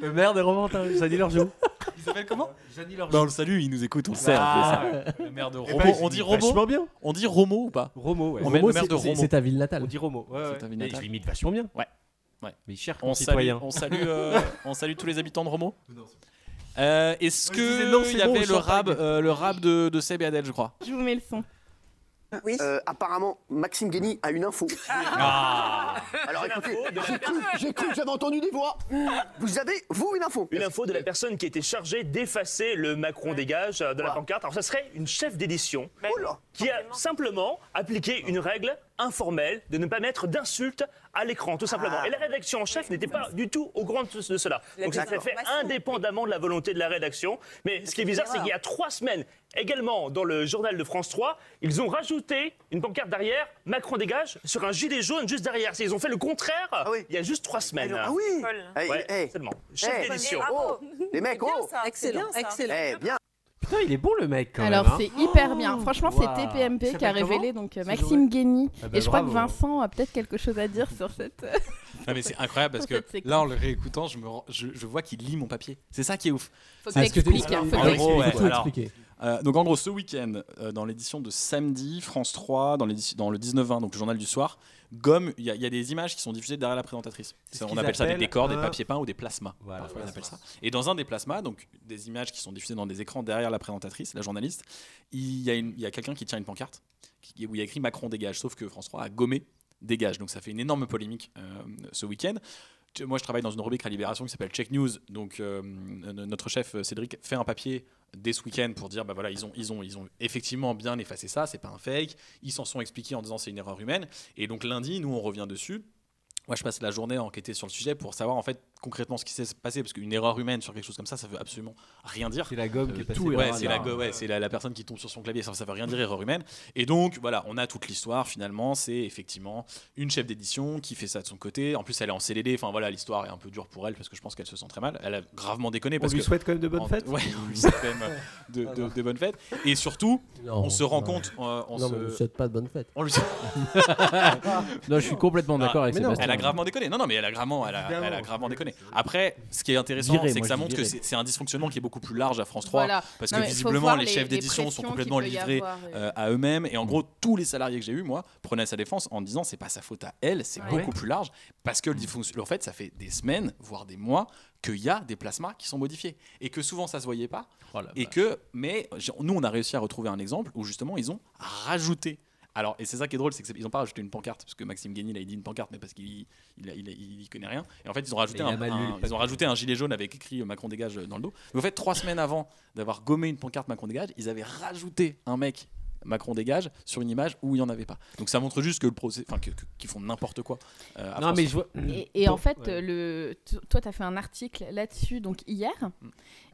L: Le maire de Romorantin, Jadil Orgeau.
I: Il s'appelle
B: Euh,
I: comment
L: Jadil Orgeau.
A: Bah, on le salue, il nous écoute, on le sait.
B: Ah,
L: Le
I: Merde,
L: Eh
I: Romo.
L: ben,
I: on
L: je
I: dit
L: l'imite
I: Romo.
L: Vachement bien.
A: On dit Romo ou pas
L: Romo, ouais.
A: On met
E: Romo,
A: le maire
E: c'est-
A: de
E: c'est-
A: Romo.
E: C'est ta ville natale.
L: On dit Romo. Ouais,
A: C'est
L: ouais.
A: ta vie
L: Et
A: natale.
L: je l'imite vachement bien.
A: Ouais. Ouais.
L: Mes chers
A: On salue,
L: concitoyens.
A: on, salue, euh, on salue tous les habitants de Romo. Euh, Est-ce
L: Moi, je disais non,
A: que
L: c'est
A: il y
L: bon,
A: avait
L: au
A: le rab,
L: champagne.
A: euh, le rab de, de Seb et Adèle, je crois
D: Je vous mets le son.
K: Oui.
M: Euh, apparemment, Maxime Guény a une info.
N: Ah.
M: Alors écoutez, j'ai cru, j'ai cru que j'avais entendu des voix. Vous avez, vous, une info
N: Une info de la personne qui était chargée d'effacer le Macron dégage euh, de la
M: Voilà.
N: pancarte. Alors, ça serait une chef d'édition
M: Oh là
N: qui a simplement appliqué une règle informelle de ne pas mettre d'insultes à l'écran, tout simplement.
M: Ah.
N: Et la rédaction en chef n'était pas du tout au courant de ce- de cela.
M: Il a
N: Donc,
M: fait
N: ça s'est
M: une
N: fait
M: formation.
N: indépendamment de la volonté de la rédaction. Mais ce qui
M: c'est
N: est
M: une
N: bizarre, c'est
M: erreur.
N: qu'il y a trois semaines, également dans le journal de France 3, ils ont rajouté une pancarte derrière Macron dégage sur un gilet jaune juste derrière. C'est- Ils ont fait le contraire
M: Ah oui.
N: il y a juste trois semaines.
M: Ah oui Eh,
N: Ouais,
M: eh,
N: seulement. Chef
M: eh,
N: d'édition.
M: oh, Les mecs, oh
K: Excellent, excellent.
M: Eh, bien
L: Putain, il est bon le mec quand
D: Alors
L: même. hein.
D: c'est hyper bien. Franchement,
L: Waouh.
D: c'est
L: Il
D: TPMP qui a
L: s'appelle
D: révélé donc euh,
L: Ce
D: Maxime Guény.
L: Ah bah,
D: Et je crois que
L: bravo.
D: Vincent a peut-être quelque chose à dire sur cette.
A: Non mais c'est incroyable parce
D: Sur
A: que
D: cette séquence.
A: là en le réécoutant, je me rends- je, je vois qu'il lit mon papier. C'est ça qui est ouf.
D: Faut que
E: Parce que
D: t'expliques.
E: t'es-
D: hein, faut
E: Ah,
D: que
A: En
E: ouais,
D: t'expliques.
A: gros, ouais,
E: faut
A: alors,
E: expliquer.
A: Euh, donc en gros, ce week-end, euh, dans l'édition de samedi, France 3, dans, l'édition- dans le 19-20, donc le journal du soir, gomme, il y, a- il y a des images qui sont diffusées derrière la présentatrice.
L: C'est ce
A: Ça, on
L: qu'ils
A: appelle ça des
L: appellent
A: décors, des
L: un-
A: papiers peints ou des plasmas.
L: Voilà,
A: Parfois,
L: voilà,
A: on appelle ça. Et dans un des plasmas, donc des images qui sont diffusées dans des écrans derrière la présentatrice, la journaliste, il y a, une- il y a quelqu'un qui tient une pancarte qui- où il y a écrit Macron dégage, sauf que France 3 a gommé dégage. Donc ça fait une énorme polémique euh, ce week-end. Tu- Moi, je travaille dans une rubrique à Libération qui s'appelle Check News. Donc, euh, n- notre chef euh, Cédric fait un papier dès ce week-end pour dire bah voilà, ils ont, ils ont, ils ont effectivement bien effacé ça, c'est pas un fake. Ils s'en sont expliqués en disant c'est une erreur humaine. Et donc, lundi, nous, on revient dessus. Moi, je passe la journée à enquêter sur le sujet pour savoir en fait concrètement ce qui s'est passé, parce qu'une erreur humaine sur quelque chose comme ça, ça veut absolument rien dire.
B: C'est la gomme
A: Euh,
B: qui est passée
A: tout,
B: par
A: ouais,
B: là.
A: c'est la, go- ouais, c'est la- la personne qui tombe sur son clavier, ça, ça veut rien dire erreur humaine. Et donc, voilà, on a toute l'histoire finalement. C'est effectivement une chef d'édition qui fait ça de son côté. En plus, elle est en CDD. Enfin voilà, l'histoire est un peu dure pour elle parce que je pense qu'elle se sent très mal. Elle a gravement déconné
L: On
A: parce
L: lui
A: que.
L: souhaite quand même de bonnes
A: en-
L: fêtes.
A: Ouais, on lui souhaite quand même euh, de, de- de bonnes fêtes. Et surtout, on se rend compte. euh, on
E: Non,
A: se-
E: mais vous souhaite pas de bonne fête.
A: on Ah, lui-
F: Non, je suis complètement d'accord avec
E: mais non.
F: Sébastien.
A: Elle a gravement déconné. Non, non, mais elle a gravement, elle a,
L: Évidemment.
A: elle a gravement déconné. Après, ce qui est intéressant,
F: Virer,
A: c'est
F: moi,
A: que
F: je
A: ça
F: dis
A: montre que
F: virer.
A: c'est c'est un dysfonctionnement qui est beaucoup plus large à France 3
D: Voilà.
A: parce
D: Non,
A: que
D: mais faut
A: visiblement
D: voir
A: les chefs
D: les
A: d'édition
D: pressions
A: sont
D: qu'il
A: complètement
D: peut y
A: livrés
D: avoir, et-
A: euh, à eux-mêmes et en gros tous les salariés que j'ai eu moi prenaient sa défense en disant c'est pas sa faute à elle c'est
D: Ouais.
A: beaucoup plus large parce que le
B: Mm.
A: dysfonction- en fait ça fait des semaines voire des mois qu'il y a des plasmas qui sont modifiés et que souvent ça se voyait pas
F: Oh la
A: et que mais j- nous on a réussi à retrouver un exemple où justement ils ont rajouté alors et c'est ça qui est drôle c'est qu'ils n'ont pas rajouté une pancarte parce que Maxime Guény il a dit une pancarte mais parce qu'il il, a- il a- il y connaît rien et en fait ils ont rajouté
B: Mais il
A: un,
B: a mal lu le
A: un- ils
B: papier.
A: ont rajouté un gilet jaune avec écrit euh, Macron dégage euh, dans le dos mais en fait trois semaines avant d'avoir gommé une pancarte Macron dégage ils avaient rajouté un mec Macron dégage sur une image où il n'y en avait pas. Donc ça montre juste que le procès, enfin que- que- qu'ils font n'importe quoi. euh, à
L: Non,
A: France.
L: mais je vois.
D: Et, et en
L: Bon,
D: fait,
L: ouais.
D: le, to- toi, tu as fait un article là-dessus donc hier.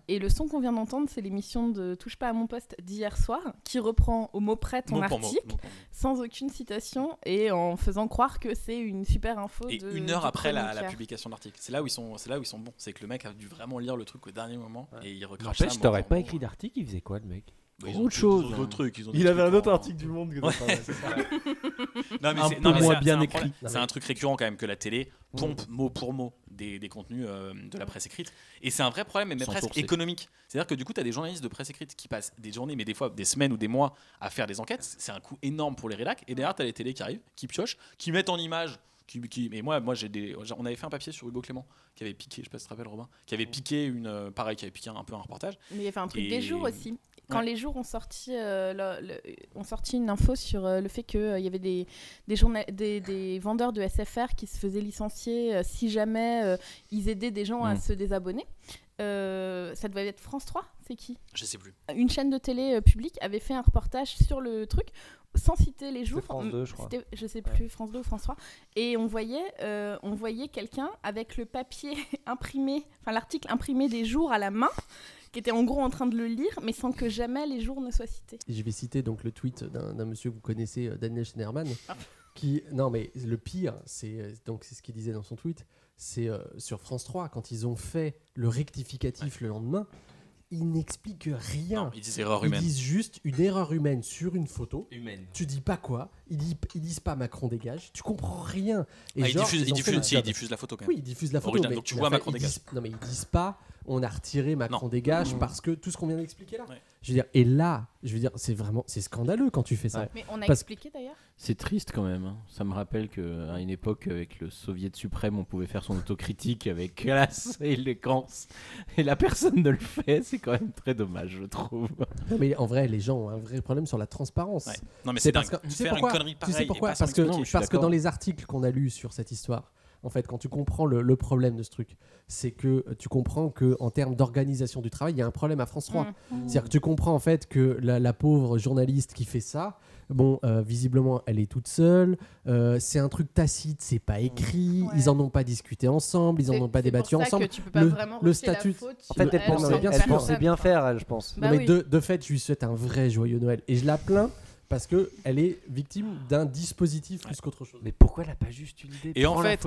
D: Et le son qu'on vient d'entendre, c'est l'émission de Touche pas à mon poste d'hier soir, qui reprend au mot près ton
A: Mot pour mot,
D: article,
A: mot pour mot.
D: sans aucune citation, et en faisant croire que c'est une super info.
A: Et
D: de-
A: une heure
D: du
A: après la, la
D: chroniqueur.
A: publication de l'article. C'est là où ils sont, c'est là où ils sont bons. C'est que le mec a dû vraiment lire le truc au dernier moment et il recrache. ça,
B: N'empêche,
A: moi,
B: t'aurais
A: en-
B: pas écrit d'article, il faisait quoi le mec
A: Bah, ils ont
B: Autre
A: des-
B: chose.
A: ils ont d'autres trucs, ils ont des
B: Il avait
A: trucs
B: un autre
A: en-
B: article du monde que
A: Ouais,
B: t'as pas, c'est
A: c'est ça.
B: ça.
A: non mais
B: Un
A: c'est
B: peu
A: non, mais
B: moins
A: c'est- c'est
B: bien
A: un
B: écrit.
A: problème.
B: Non,
A: C'est
B: mais-
A: un truc récurrent quand même que la télé pompe mot pour mot des, des contenus euh, de la presse écrite et c'est un vrai problème mais même
F: Sans
A: presque
F: sourcer.
A: économique. C'est-à-dire que du coup tu as des journalistes de presse écrite qui passent des journées mais des fois des semaines ou des mois à faire des enquêtes, c'est un coût énorme pour les rédacs et derrière tu as les télés qui arrivent, qui piochent, qui mettent en image qui, qui- et moi, moi j'ai des, on avait fait un papier sur Hugo Clément qui avait piqué, je sais pas si tu te rappelles Robin, qui avait piqué une, euh, pareil, qui avait piqué un, un peu un reportage.
D: Mais il y avait un truc
A: Et-
D: des jours aussi. Quand
A: Ouais.
D: les jours ont sorti, euh, le- le- ont sorti une info sur euh, le fait qu'il il y avait des, des, journa- des, des vendeurs de SFR qui se faisaient licencier euh, si jamais euh, ils aidaient des gens à
A: Mm.
D: se désabonner. Euh, ça devait être France 3, c'est qui
A: Je sais plus.
D: Une chaîne de télé euh, publique avait fait un reportage sur le truc sans citer les jours.
C: France
D: Mm,
C: 2, je crois.
D: c'était- Je sais plus, France 2 ou France 3. Et on voyait, euh, on voyait quelqu'un avec le papier imprimé, enfin l'article imprimé des jours à la main, qui était en gros en train de le lire, mais sans que jamais les jours ne soient cités.
E: Et je vais citer donc le tweet d'un d'un monsieur que vous connaissez, euh, Daniel Schneiderman,
A: Ah.
E: qui non mais le pire, c'est euh, donc c'est ce qu'il disait dans son tweet, c'est euh, sur France 3 quand ils ont fait le rectificatif le lendemain, ils n'expliquent rien.
A: Non, ils disent erreur humaine.
E: Ils disent juste une erreur humaine sur une photo.
F: Humaine.
E: Tu dis pas quoi Ils disent, ils disent pas Macron dégage. Tu comprends rien.
A: Ah, ils
E: genre,
A: diffusent- ils
E: ont fait
A: diffusent-
E: leur
A: si, ils
E: job.
A: diffusent la photo, quand même.
E: Oui, ils diffusent la photo.
A: Original,
E: mais
A: donc tu
E: la
A: vois
E: fa-
A: Macron
E: ils
A: dégage.
E: disent- non mais ils disent pas on a retiré Macron dégage parce que tout ce qu'on vient d'expliquer là. Je veux dire, et là, je veux dire, c'est vraiment, c'est scandaleux quand tu fais ça.
D: Mais on a
E: Parce-
D: expliqué d'ailleurs.
F: C'est triste quand même. hein. Ça me rappelle qu'à une époque, avec le Soviet suprême, on pouvait faire son autocritique avec classe et élégance. Et là, personne ne le fait. C'est quand même très dommage, je trouve.
E: Non, mais en vrai, les gens ont un vrai problème sur la transparence.
F: Ouais. Non, mais c'est
E: parce
F: dingue.
E: que- tu sais
F: Faire une
E: pourquoi
F: connerie
E: Tu sais
F: pareille et
E: pourquoi
F: pas
E: Parce que,
F: s'expliquer. Non, je suis
E: parce que
F: d'accord.
E: dans les articles qu'on a lus sur cette histoire, en fait, quand tu comprends le, le problème de ce truc, c'est que euh, tu comprends que en termes d'organisation du travail, il y a un problème à France 3.
F: Mm. Mm.
E: C'est-à-dire que tu comprends en fait que la, la pauvre journaliste qui fait ça, bon, euh, visiblement, elle est toute seule. euh, c'est un truc tacite, c'est pas écrit. Ils en ont pas discuté ensemble. Ils en
D: C'est-
E: ont pas
D: c'est
E: débattu
D: pour ça que
E: ensemble.
D: tu peux pas
E: le,
D: vraiment
E: le
D: rejeter la
E: statut.
D: faute Bah
C: En fait,
D: sur
C: elle
D: elle,
C: pensait
D: en
C: bien,
D: tant
C: elle
D: que
C: pensait
D: personne.
C: bien faire, elle, je pense.
E: Non, mais de, de fait, je lui souhaite un vrai joyeux Noël. Et je la plains parce que elle est victime d'un dispositif plus qu'autre chose. Mais
B: pourquoi elle n'a pas juste une idée
A: Et en, fait,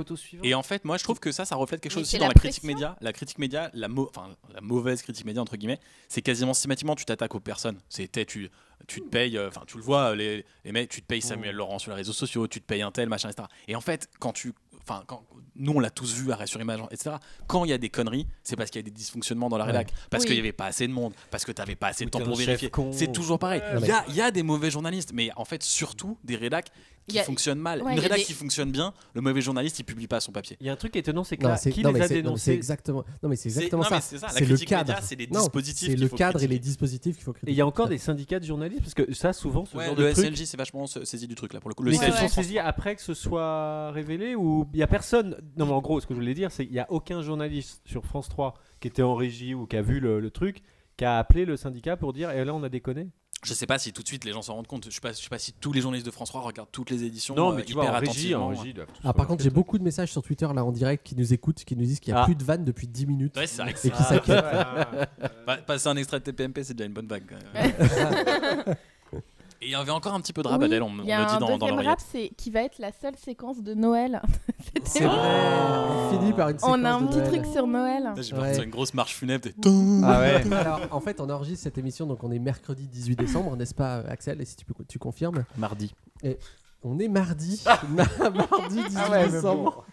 A: et en fait, moi je trouve que ça, ça reflète quelque
F: Mais
A: chose aussi
F: c'est
A: dans
F: la
A: la, critique
F: pression.
A: média. La critique média, la, mau- enfin, la mauvaise critique média, entre guillemets, c'est quasiment systématiquement tu t'attaques aux personnes. C'était tu, tu te payes, euh, enfin tu le vois, euh, les, les mecs, tu te payes
F: Mmh.
A: Samuel Laurent sur les réseaux sociaux, tu te payes un tel, machin, etc. Et en fait, quand tu. Enfin, quand, nous on l'a tous vu, arrêt sur image, etc. Quand il y a des conneries, c'est parce qu'il y a des dysfonctionnements dans la
F: Ouais.
A: rédac, parce
F: Oui.
A: qu'il n'y avait pas assez de monde, parce que tu n'avais pas assez de temps
F: t'as
A: pour
F: un chef
A: vérifier.
F: con.
A: C'est toujours pareil.
F: Non,
A: Il
F: mais-
A: y a- Ah, il y, a des mauvais journalistes, mais en fait, surtout des rédacs
F: Il y
A: qui
F: a-
A: fonctionnent mal.
F: ouais, il y
A: Une
F: a
A: rédac
F: des-
A: qui fonctionne bien, le mauvais journaliste, il publie pas son papier.
B: Il y a un truc étonnant, c'est
A: que
E: Non, c'est- non, mais c'est- non, mais C'est exactement, non, mais c'est
A: C'est-
E: exactement
A: non,
E: ça.
A: mais c'est ça, la
E: C'est le
A: critique média,
E: cadre.
A: c'est les
E: Non,
A: dispositifs
E: C'est
A: qu'il
E: le
A: faut
E: cadre et les dispositifs qu'il faut
B: Et
E: critiquer.
B: il y a encore des syndicats de journalistes parce que ça, souvent, ce
A: Ouais,
B: genre
A: le
B: de truc.
A: SNJ, c'est vachement sa- saisi du truc là pour le coup.
B: Le
A: Le
B: ils se
A: SNJ,
B: sont saisis après que ce soit révélé ou il y a personne. Non, mais en gros, ce que je voulais dire, c'est qu'il n'y a aucun journaliste sur France 3 qui était en régie ou qui a vu le, le truc, qui a appelé le syndicat pour dire et là, on a déconné.
A: je sais pas si tout de suite les gens s'en rendent compte. Je sais pas, je sais pas si tous les journalistes de France 3 regardent toutes les éditions.
B: Non,
A: euh,
B: mais tu
A: hyper
B: vois, en régie,
A: attentivement.
B: en régie, ils doivent tous
E: Ah, par contre, j'ai beaucoup de messages sur Twitter là en direct qui nous écoutent, qui nous disent qu'il n'y a
A: Ah.
E: plus de vannes depuis 10 minutes.
A: Ouais, c'est vrai que
E: et
A: c'est-
E: qui s'inquiètent.
A: Pa- Passer un extrait de TPMP, c'est déjà une bonne vague. quand même. Et il y avait encore un petit peu de rap,
D: Oui,
A: Adèle, on, on
D: il y a
A: me dit
D: un
A: dans, dans
D: deuxième
A: l'oreillette.
D: rap, c'est qui va être la seule séquence de Noël. C'était-
E: C'est vrai. On finit par une
D: On a un
E: séquence de
D: petit
E: Noël.
D: truc sur Noël.
A: Là, J'ai parti sur une grosse marche funèbre. des-
E: Ah
B: Ah
E: Alors, en fait, on enregistre cette émission, donc on est mercredi 18 décembre, n'est-ce pas, Axel Et si tu, peux- tu confirmes
F: Mardi.
E: Et on est mardi.
A: Ah,
E: mardi 18
B: Ah ouais, mais
E: décembre.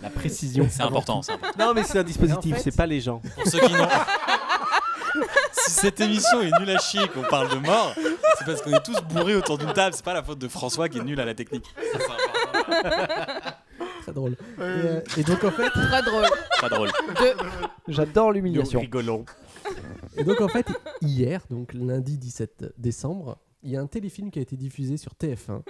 F: La précision.
A: C'est important, c'est important.
B: Non, mais c'est un dispositif, c'est pas les gens.
A: Pour ceux qui n'ont. si cette émission est nulle à chier et qu'on parle de mort, c'est parce qu'on est tous bourrés autour d'une table. C'est pas la faute de François qui est nul à la technique. Ça, c'est important.
E: Très drôle. Et, euh, et donc, en fait.
D: Très drôle.
A: Pas drôle.
E: J'adore l'humiliation.
B: Nous rigolons.
E: Et donc en fait, hier, donc lundi 17 décembre, il y a un téléfilm qui a été diffusé sur TF1.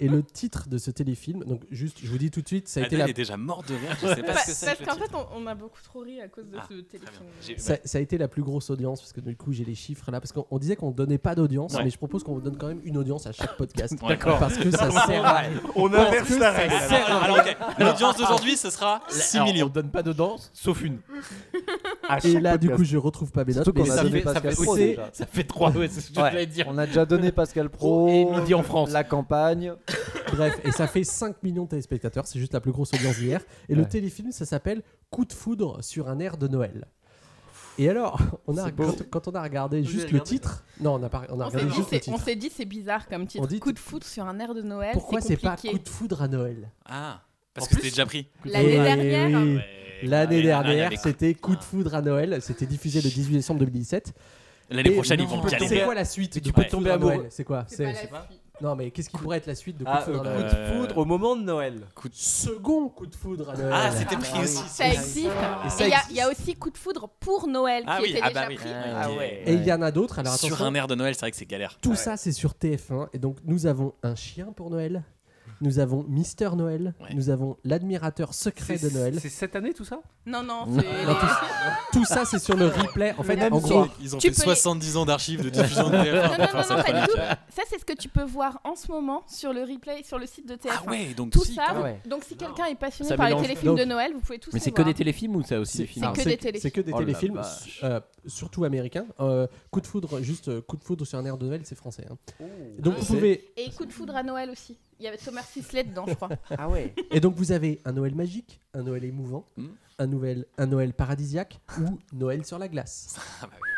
E: Et le titre de ce téléfilm, donc juste, je vous dis tout de suite, ça
B: Ah,
E: a été
A: Adèle
E: la...
A: est déjà morte de rire, je Ah, sais pas
D: Pa-
A: ce que c'est.
D: Parce qu'en fait, on, on a beaucoup trop ri à cause de ce téléphone.
E: Ça, ça a été la plus grosse audience parce que du coup j'ai les chiffres là parce qu'on on disait qu'on donnait pas d'audience
B: Ouais.
E: mais je propose qu'on vous donne quand même une audience à chaque podcast
B: D'accord.
E: parce que ça
B: Ouais.
E: sert à...
B: On
E: parce
B: inverse
E: que
B: la
E: ça
B: règle.
E: sert à
B: Alors,
E: rien.
B: ok.
A: L'audience d'aujourd'hui, ce sera
B: La-
A: 6
B: alors,
A: millions.
B: On donne pas de danse, sauf une.
O: à
E: Et
O: chaque
E: là, du
O: podcast.
E: coup, je retrouve pas mes notes.
C: Surtout qu'on
E: mais
C: a
E: c'est-
C: donné Pascal Pro.
E: c'est-
C: déjà.
E: ça fait trois, ouais, c'est ce que
C: Ouais.
E: j'allais dire.
C: On a déjà donné Pascal Pro.
E: Et Midi en France.
C: La campagne.
E: Bref, et ça fait 5 millions de téléspectateurs, c'est juste la plus grosse audience d'hier. Et le
C: Ouais.
E: téléfilm, ça s'appelle Coup de foudre sur un air de Noël. Et alors, on a,
C: C'est beau.
E: quand, quand on a regardé
C: Vous
E: juste
C: avez
E: le
C: regardé
E: titre, non, on a, pas- on a
D: On s'est
E: regardé
D: dit,
E: juste le
D: c'est- on
E: titre.
D: s'est dit, c'est bizarre comme titre.
E: On dit-
D: coup de foudre sur un air de Noël.
E: Pourquoi c'est
D: c'est
E: pas
D: compliqué.
E: coup de foudre à Noël
A: Ah, parce que c'était déjà pris.
D: L'année
E: Eh
D: dernière.
E: oui. L'année
A: l'année dernière,
E: dernière,
A: avec-
E: c'était coup de foudre à Noël. C'était diffusé le 18 décembre 2017.
A: L'année
E: Et
A: prochaine, ils
E: non,
A: vont
E: tu peux
A: caler.
E: tomber- C'est quoi la suite
A: Mais
E: de
A: tu
E: Coup de
A: peux
E: foudre
A: tomber
E: à Noël
A: amoureux.
E: C'est quoi
A: C'est
E: C'est-
A: pas la
E: c'est- Non, mais qu'est-ce qui pourrait être la suite de Coup
O: Ah,
E: de foudre à
O: euh,
E: Noël
O: coup de foudre au moment de Noël.
E: Second coup de foudre à Noël.
O: Ah, c'était pris aussi,
D: Ça existe.
E: Et
D: Et
E: ça
D: il y a-
E: existe.
D: il y, a aussi coup de foudre pour Noël
A: Ah
D: qui était
A: bah
D: déjà pris.
E: Ah, Et il y en a d'autres, alors
A: Sur
E: attention.
A: un air de Noël, c'est vrai que c'est galère.
E: Tout ça, c'est sur TF1. Et donc, nous avons un chien pour Noël. Nous avons Mister Noël. Nous avons l'admirateur secret de
B: C'est-
E: Noël.
B: C'est cette année tout ça
D: Non, non,
E: Non, tout, tout ça, c'est sur le replay. En fait, en gros,
A: ils ont fait 70 ans d'archives de diffusion de
D: Non,
A: TF1
D: non,
A: pour
D: non,
A: faire
D: non,
A: cette
D: pas du tout.
A: chronique.
D: Ça, c'est ce que tu peux voir en ce moment sur le replay, sur le site de TF1.
A: Ah ouais, donc
D: tout
A: si,
D: ça.
A: quand même.
D: Donc si quelqu'un est passionné
B: Ça
D: par les
B: mélange-
D: téléfilms de
B: donc-
D: Noël, vous pouvez tous
B: Mais
D: les
B: c'est que
D: voir.
B: des téléfilms ou ça aussi des films
D: que des téléfilms.
E: C'est que des
B: Oh la
E: téléfilms,
B: vache.
E: euh, surtout américains. Euh, coup de foudre, juste euh, coup de foudre sur un air de Noël, c'est français. hein.
B: Oh. Ah,
E: Donc vous pouvez.
D: Et coup de foudre à Noël aussi. Il y avait Thomas Sisley dedans, je crois.
E: Ah
B: Ah
E: Et donc vous avez un Noël magique, un Noël émouvant,
B: Hmm.
E: un, Noël, un Noël paradisiaque ou Noël sur la glace.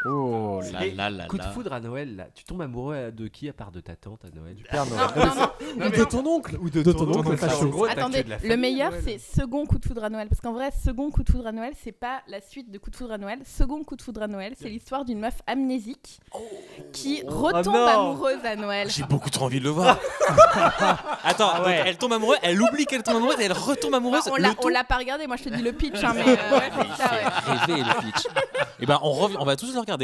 B: Oh
E: là là là
B: Coup de
E: là.
B: foudre à Noël, là. Tu tombes amoureux de qui à part de ta tante à Noël
E: Père Noël. Non, non, non. Ou de ton oncle.
B: Ou de
E: De
B: ton,
E: ton oncle
B: oncle
E: facho.
B: facho. En gros, t'as que
D: Attendez,
B: de la
D: le
B: famille
D: meilleur
B: Noël.
D: c'est second coup de foudre à Noël parce qu'en vrai second coup de foudre à Noël c'est pas la suite de coup de foudre à Noël. Second coup de foudre à Noël c'est l'histoire d'une meuf amnésique qui
B: Oh.
D: retombe
A: Ah non.
D: amoureuse à Noël.
A: J'ai beaucoup trop envie de le voir. Attends, donc elle tombe amoureuse, elle oublie qu'elle tombe amoureuse et elle retombe amoureuse.
D: Ah Bah, On
A: le
D: l'a-
A: tout-
D: on l'a pas regardé, moi je te dis le pitch hein, mais euh, ouais, c'est ça, ouais.
A: Rêver le pitch. Et ben on, rev- on va tous le regarder.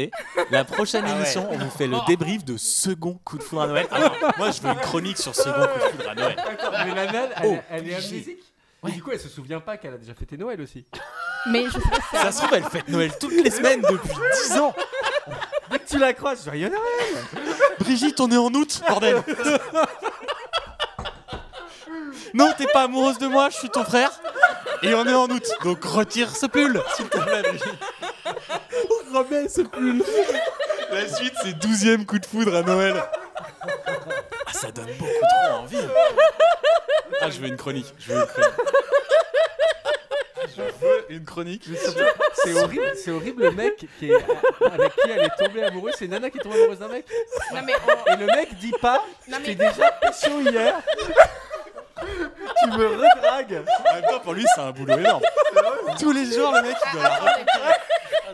A: La prochaine
D: Ah
A: émission, on vous fait
D: Oh.
A: le débrief de second coup de foudre à Noël. Alors, moi, je veux une chronique sur second coup de foudre à Noël.
B: Attends, mais la nana,
A: Oh,
B: elle, elle est
A: Obligé.
B: amnésique. Et du coup, elle se souvient pas qu'elle a déjà fêté Noël aussi.
D: Mais je
A: Ça se trouve, elle fête Noël toutes les semaines depuis 10 ans.
B: Dès que tu la croises, joyeux Noël
A: Brigitte, on est en août, bordel. Non, t'es pas amoureuse de moi, je suis ton frère. Et on est en août, donc retire ce pull, s'il te plaît, Brigitte.
E: Remets ce pull.
A: La suite, c'est 12ème coup de foudre à Noël. Ah, ça donne beaucoup trop envie. Ah, je veux une chronique. Je veux une chronique. Je veux une chronique.
B: C'est horrible, c'est horrible le mec qui est, avec qui elle est tombée amoureuse. C'est Nana qui tombe amoureuse d'un mec.
D: Non, mais
B: Et le mec dit pas
D: Non,
B: T'es
D: mais-
B: déjà pécho hier. tu me redragues.
A: En même temps, pour lui, c'est un boulot énorme. Tous les jours, le mec, il doit la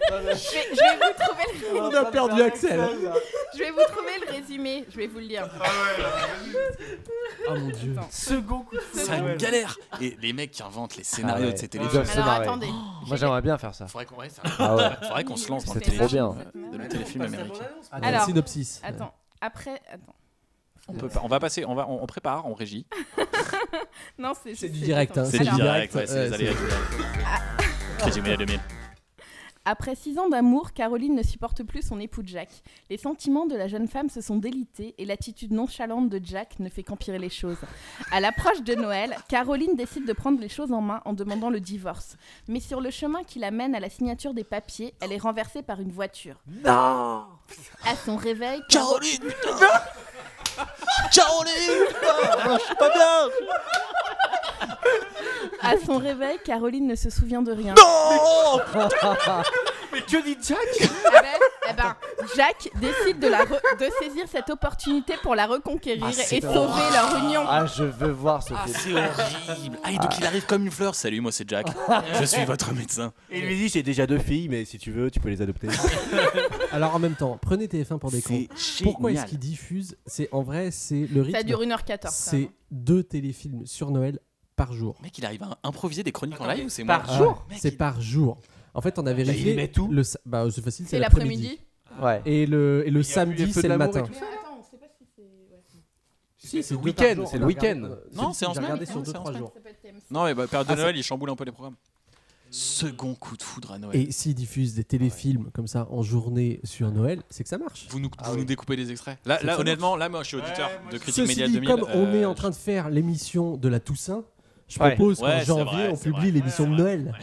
D: Je vais, je vais vous trouver le...
E: On a perdu Axel.
D: Je vais vous trouver le résumé, je vais vous le lire.
B: Ah
C: Ah,
E: Oh mon dieu.
B: Second coup de
A: C'est une galère. Et les mecs qui inventent les scénarios
C: Ah ouais.
A: de ces
C: Ils
A: téléfilms.
C: doivent se Alors, marrer. attendez. Oh, Moi, j'aimerais bien faire ça.
A: Faudrait qu'on ouais, ça-
C: Ah ouais.
A: Faudrait qu'on se lance dans
C: C'est
A: le
C: trop
A: téléfilm,
C: bien.
A: euh, de le téléfilm américain.
D: Ah, Alors,
E: synopsis.
D: Attends, après, attends.
A: On, peut pas- on va passer, on, va, on, on prépare, on régie.
D: Non, c'est c'est
E: du direct, hein,
D: attends.
E: c'est du
D: Alors,
E: direct,
A: ouais, c'est les
E: ouais,
A: aléas
E: c'est-
A: du direct. Résumé à 2000.
D: Après six ans d'amour, Caroline ne supporte plus son époux Jack. Les sentiments de la jeune femme se sont délités et l'attitude nonchalante de Jack ne fait qu'empirer les choses. À l'approche de Noël, Caroline décide de prendre les choses en main en demandant le divorce. Mais sur le chemin qui la mène à la signature des papiers, elle est renversée par une voiture.
A: Non
D: À son réveil,
A: Caroline, Caroline Je suis pas bien
D: À son réveil, Caroline ne se souvient de rien.
A: Non
B: Mais que dit Jack
D: Ah ben, eh ben, Jack décide de, la re- de saisir cette opportunité pour la reconquérir
C: Ah,
D: et
C: c'est
D: sauver
C: horrible.
D: leur union.
C: Ah, je veux voir ce film.
A: C'est horrible. Ah, et donc il arrive comme une fleur. Salut, moi c'est Jack. Je suis votre médecin.
O: Il lui dit j'ai déjà deux filles, mais si tu veux, tu peux les adopter.
E: Alors en même temps, prenez TF1 pour des cons.
O: C'est
E: Pourquoi
O: génial.
E: est-ce qu'ils diffusent C'est en vrai, c'est le rythme.
D: dure 1h14, quand même.
E: C'est deux téléfilms sur Noël par jour.
A: Mec, il arrive à improviser des chroniques en live ou c'est moi Ah,
E: Par jour C'est par jour. En fait, on a vérifié.
A: Bah, il met
E: le sa- bah, c'est facile,
D: C'est
E: c'est
D: l'après-midi.
E: l'après-midi. Et le, et le
B: les
E: samedi,
B: feux de
E: c'est le
B: l'amour
E: matin.
B: et tout
D: Attends, on sait pas si c'est.
E: Si,
B: c'est le
E: deux
B: week-end,
E: par jour,
B: c'est
E: on a
B: le
E: regardé,
B: week-end.
E: euh,
A: Non,
E: c'est
A: c'est en
E: j'ai
A: semaine.
E: regardé sur
A: Non,
E: deux
A: c'est en
E: trois
A: semaine.
E: jours.
A: Non, mais bah, période de
E: Ah, c'est-
A: Noël, il chamboule un peu les programmes. Second coup de foudre à Noël.
E: Et s'ils diffusent des téléfilms comme ça en journée sur Noël, c'est que ça marche.
A: Vous nous,
O: Ah
A: vous nous découpez des extraits. Là,
E: C'est
A: là
E: trop
A: honnêtement, là, moi, je suis auditeur de Critique
E: Ceci
A: Média
E: dit,
A: 2000.
E: comme on
A: euh,
E: est en train de faire l'émission de la Toussaint, Je
A: Ouais.
E: propose
A: Ouais,
E: qu'en
A: c'est
E: janvier,
A: vrai,
E: on
A: c'est
E: publie l'émission de Noël.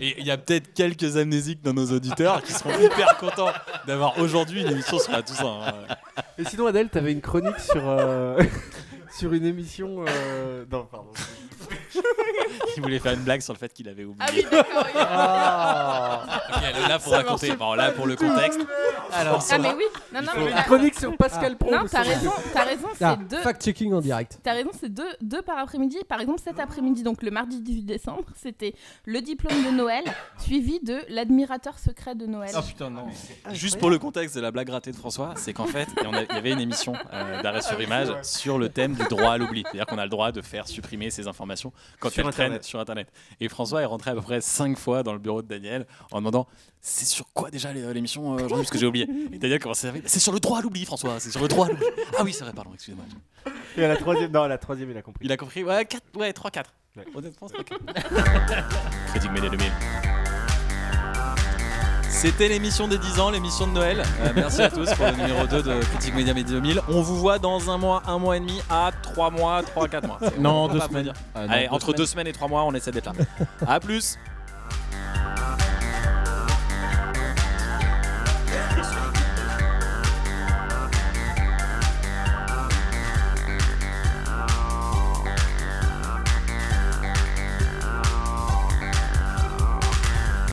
A: Et il y a peut-être quelques amnésiques dans nos auditeurs qui seront hyper contents d'avoir aujourd'hui une émission sur la Toussaint. hein.
B: Et sinon, Adèle, t'avais une chronique sur, euh, sur une émission. euh, Non, pardon.
I: Il voulait faire une blague sur le fait qu'il avait oublié.
A: Ah oui, d'accord, oui. Ah.
I: Ok, alors là, pour
A: Ça
I: raconter,
A: marche
I: bon, là,
A: pas
I: pour
A: du
I: le
A: tout.
I: contexte.
A: Alors,
D: Ah, mais oui. Non, non, mais t'as- Non, t'as raison, t'as raison,
E: Ah,
D: c'est deux.
E: Fact-checking en direct.
D: T'as raison, c'est deux, deux par après-midi. Par exemple, cet après-midi, donc le mardi 18 décembre, c'était le diplôme de Noël, suivi de l'admirateur secret de Noël.
A: Ah, putain, non. Juste pour le contexte de la blague ratée de François, c'est qu'en fait, on a- il y avait une émission euh, d'arrêt sur image sur le thème du droit à l'oubli. C'est-à-dire qu'on a le droit de faire supprimer ces informations quand
I: Sur
A: elles traînent
I: Internet.
A: sur Internet. Et François est rentré à peu près cinq fois dans le bureau de Daniel en demandant C'est sur quoi déjà l'é- l'émission euh, aujourd'hui Parce que j'ai oublié. Et Daniel commençait à dire C'est sur le droit à l'oubli, François, c'est sur le droit à l'oubli. Ah oui, c'est vrai, pardon, excusez-moi.
B: Et à la troisième, non, à la troisième, il a compris.
A: Il a compris, ouais, 4, ouais 3-4. Honnêtement, c'est ok. Critique Média 2000. C'était l'émission des 10 ans, l'émission de Noël. Euh, merci à tous pour le numéro 2 de Critique Média Média 2000. On vous voit dans un mois, un mois et demi, à 3 mois, 3-4 mois.
I: Non,
A: On peut
I: deux
A: pas vous
I: semaines.
A: dire.
I: Ah, non,
A: Allez,
I: deux
A: entre
I: semaines.
A: 2 semaines et 3 mois, on essaie d'être là. à plus